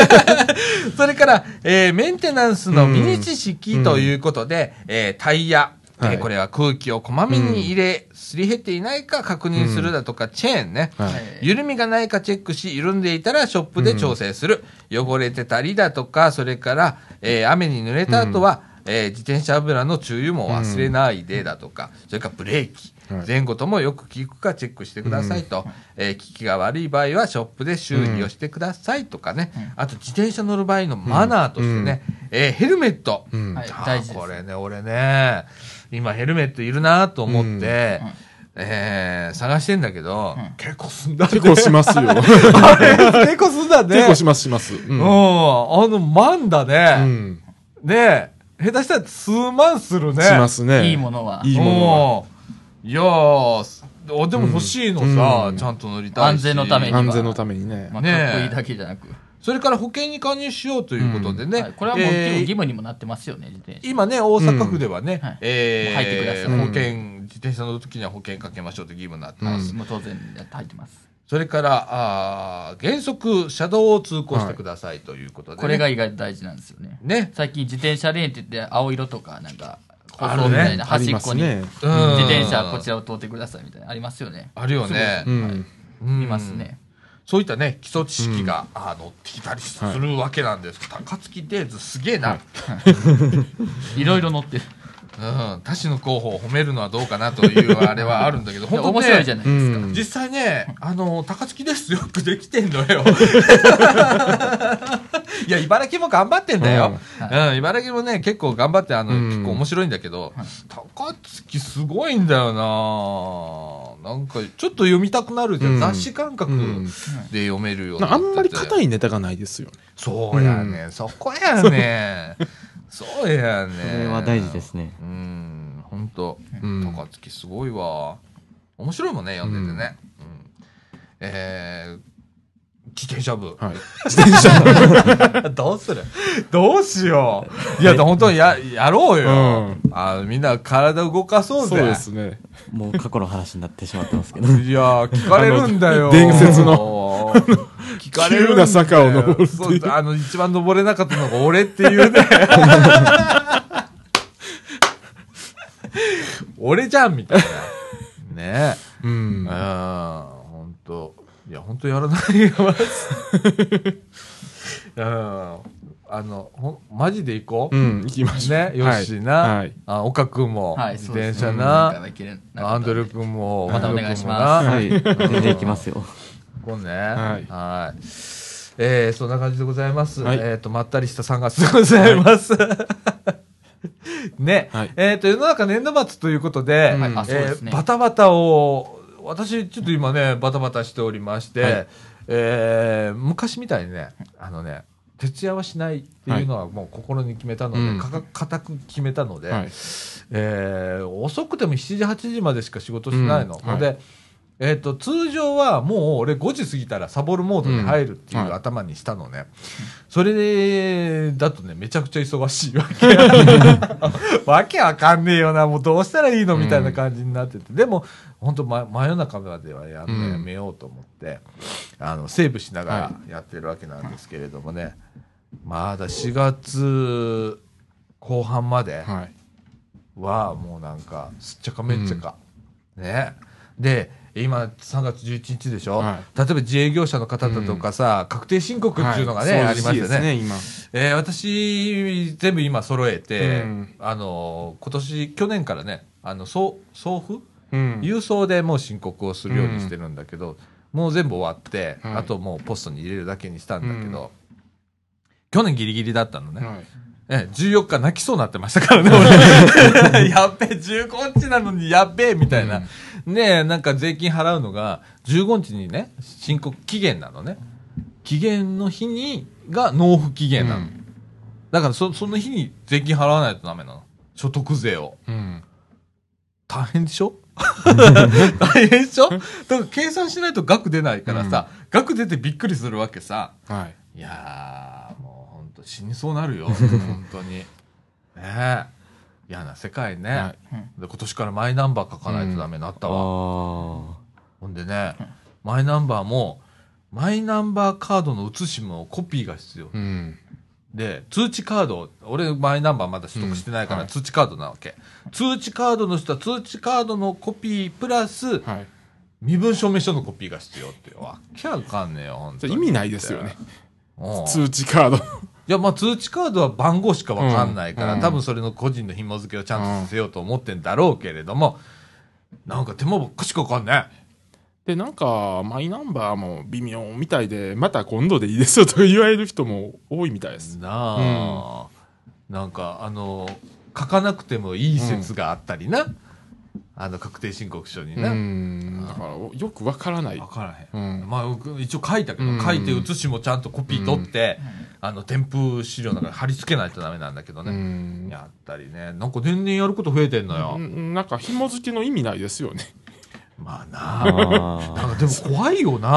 それから、えーメンテナンスのミニ知識ということで、えータイヤ、えー
はい
これは空気をこまめに入れ、すり減っていないか確認するだとか、チェーンね。
はい
はい
緩みがないかチェックし、緩んでいたらショップで調整する。汚れてたりだとか、それから、えー雨に濡れた後は、えー自転車油の注油も忘れないでだとか、それからブレーキ
は。い
前後ともよく効くかチェックしてくださいと、えー、効きが悪い場合はショップで修理をしてくださいとかね、あと自転車乗る場合のマナーとしてね、えーヘルメット、
うん
は
あ
い
ー
大事です
これね、俺ね、今ヘルメットいるなと思って、
うんうん
えー探してんだけど、
うん
結構すん だね。
結構しますよ。
あれ結構すんだね。
結構しますします。う
うんん。あの、万だ
う
ね。
ん。
ねえ下手したら数万するね。
しますね。
いいものは。
いいもの
う
は
んいやーすおでも欲しいのさ、
うん
ちゃんと乗りたいし。
安全のために
安全のためにね
ま。あ、
ねえ
かっこいいだけじゃなく。
それから保険に加入しようということでね。
はいこれはもう
えー
義務にもなってますよね、自転車。
今ね、大阪府ではね、
うんはい
えー
入ってください
保険、自転車の時には保険かけましょうと義務になってます。
もう当然入ってます。
それから、あー原則、車道を通行してくださいということで、ね
これが意外と大事なんですよね。
ね。
最近自転車レーンって言って青色とかなんか、舗
あるね
装みたいな
あ
端
り
っ
ま
こ
す
に、
ね。
うん
自転車こちらを通ってくださいみたいなありますよね。
あるよね。
うん。
うん
いますね。
そういったね、基礎知識が、あー乗ってきたりするわけなんです。高槻デーズすげえな。
はい
いろいろ乗ってる。
ううん、他種の候補を褒めるのはどうかなというあれはあるんだけ ど、本当ね
面白いじゃないですか。
うん
実際ね、あの、高槻ですよくできてんのよ。いや、茨城も頑張ってんだよ。うん、茨城もね、結構頑張って、あの、
うん
結構面白いんだけど、高槻すごいんだよななんか、ちょっと読みたくなるじゃん。
うん
雑誌感覚
うん
で読めるようになって
あ
て
んまり硬いネタがないですよね。
そうやね、そこやね。そうやね。
それは大事ですね。
うん、本当、
うん
高槻すごいわ。面白いもんね、読んでてね。うんえー自転車部。
はい。
どうする どうしよう。いや、本当にや、やろうよ。
うん
あみんな体動かそうぜ。
そうですね。
もう過去の話になってしまってますけど。
いやー、聞かれるんだよ。
あの伝説
の。聞かれるんだよ
急な坂を登るっていう
そう、あの、一番登れなかったのが俺っていう ね。俺じゃんみたいな。ね
う
え。うんん、。ほんと。いや、ほんとやらないよ、マジでうん。あの、ほん、マジで行こう。
うん、行きましょう。
ね、よしな、
はいはい
あ、岡くんも、
はい、
自
そうで
転
すね
車
今回
な、
はいけれなかった
アンドレ君も、
またお願いします
岡君もな
はい。全然いきますよ。
こんね。
はい
はい。えー、そんな感じでございます。
はい
えっ、と、まったりした3月でございます。 ね。
はい
えっ、と、世の中年度末ということで、
はい
え
あそうです
ー
ね
バタバタを、私、ちょっと今ね、バタバタしておりまして、
はい
えー昔みたいにね、あのね、徹夜はしないっていうのはもう心に決めたので、
うん
かか固く決めたので、
はい。
えー遅くても7時、8時までしか仕事しないの。
うんはい
で、えー、と通常はもう俺5時過ぎたらサボるモードに入るってい
うんは
う
い
頭にしたのね、それだとねめちゃくちゃ忙しいわ けわけわかんねえよなもうどうしたらいいのみたいな感じになってて、でも本当、ま、真夜中まではや,、
うん
やめようと思ってあのセーブしながらやってるわけなんですけれどもね、まだ4月後半まで、
はい。
はもうなんかすっちゃかめっちゃか、ねで今3月11日でしょ、
は
例えば自営業者の方だとかさ、確定申告っていうのがね、
は
ありますよね、
そうです
えー私全部今揃えて、
うん
あの今年去年からねあの送送付、
ね今。うん。
郵送でもう申告をするようにしてるんだけど、もう全部終わって、
はい
あともうポストに入れるだけにしたんだけど、去年ギリギリだったのね、
はい。
ええ、14日泣きそうになってましたからね、 俺。 やっべえ、15日なのにやっべえ、みたいな。ねえ、なんか税金払うのが、15日にね、申告期限なのね。期限の日に、が納付期限なの。
うん
だからそ、その日に税金払わないとダメなの。所得税を。
うん。
大変でし ょ大変でしょだから計算しないと額出ないからさ、額出てびっくりするわけさ。
はい。
いやー、もう本当死にそうなる よ、本当に。ねえ。嫌な世界ね、
は
で。今年からマイナンバー書かないとダメになったわ。
あ
ほんでね、マイナンバーも、マイナンバーカードの写しもコピーが必要。
うん。
で、通知カード、俺マイナンバーまだ取得してないから
うん
通知カードなわけ。通知カードの人は通知カードのコピープラス、
はい。
身分証明書のコピーが必要っていう。わけわかんねえよ、本当
じゃ
に。
あ意味ないですよね。
うん
通知カード。
いや、まあ通知カードは番号しかわかんないから、
うん
多分それの個人の紐付けをちゃんとさせようと思ってんだろうけれども、なんか手間ばっかしかかんね
で、なんか、マイナンバーも微妙みたいで、また今度でいいですよと言われる人も多いみたいです。
なあ、なんかあの、書かなくてもいい説があったりな。あの、確定申告書に
う
な。
ん。だから、よくわからない
わ。からへん。
うん
まあ、僕一応書いたけど、
うん
書いて写しもちゃんとコピー取って、あの、添付資料なんか貼り付けないとダメなんだけど
う
ね。
ん。
やったりね。なんか年々やること増えてんのよ。
うんなんか、紐付けの意味ないですよね。
まあ
あ。
なあ。
あ
なんかでも怖いよ
う
な、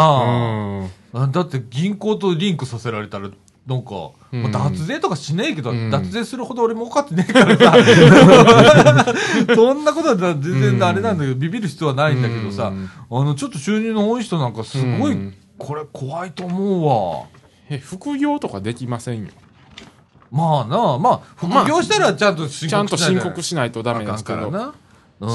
ん。
あだって銀行とリンクさせられたらなんか、
うん
まあ脱税とかしねえけど、
うん
脱税するほど俺儲かってねえから さそんなことは全然あれなんだけど、ビビる必要はないんだけどさ、
うん
あのちょっと収入の多い人なんかすごい、
うん
これ怖いと思うわ
え、副業とかできませんよ。
まあなあまあ副業したらちゃんと申
ちゃん
告
と
しない
申
と
告しないとダ
あ
メで
かん
すけ
から
ど、
なう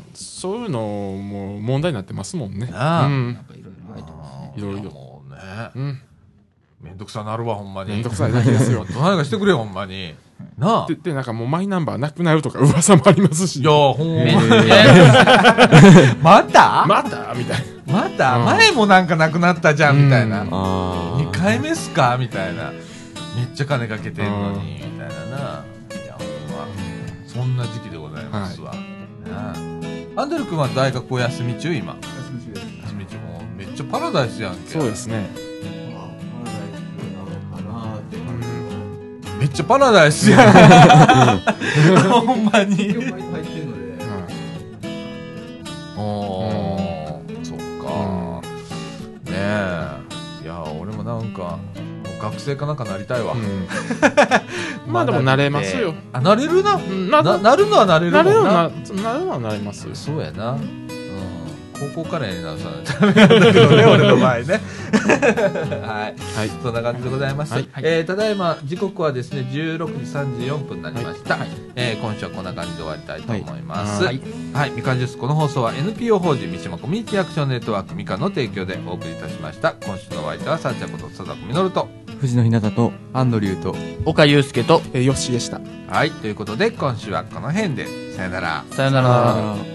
ん
そういうのも問題になってますもんね。
なあ
うん
なんかいろいろ入ってますね
いろいろ
やもうね
うん。
めんどくさなるわほんまに
めんどくさいだけですよ。
どないかしてくれよほんまになあ
で、。でなんかもうマイナンバーなくなるとか噂もありますし、
いや、ほんま
ね
に。
ね
また
またみたいな。
また
うん
前もなんかなくなったじゃん、みたいな。
あ
2回目っすかみたいな。めっちゃ金かけてんのに、みたいなな。いや、ほんま。そんな時期でございますわ。なあアンドル君は大学お休み中今。休み中もうめっちゃパラダイスやんけ。
そうですね。
めっちゃパラダイスやん。 ほんまに。
は
おー、そっか、ねえいや俺もなんかもう学生かなんかなりたいわ、
いうんまあでも慣れますよ。
あなれるな
うんな
ななるのはなれるも
なんれ
な
るはな、なるはなりますよ。
そうやな、うん、高校カレーになるさないとダメなんだけど ね俺の場合ねはい
はい。
そんな感じでございます、
はい
えーただいま時刻はですね16時34分になりました、えー今週はこんな感じで終わりたいと思います、は
はい
みかんジュースこの放送は NPO 法人三島コミュニティアクションネットワークみかんの提供でお送りいたしました今週のお相手はさっちゃんこと佐々木稔と
あ藤野ひなたと
アンドリューと
岡祐介と
えー、よしでした。
はいということで今週はこの辺でさよなら
さよな
あ
ら。
ー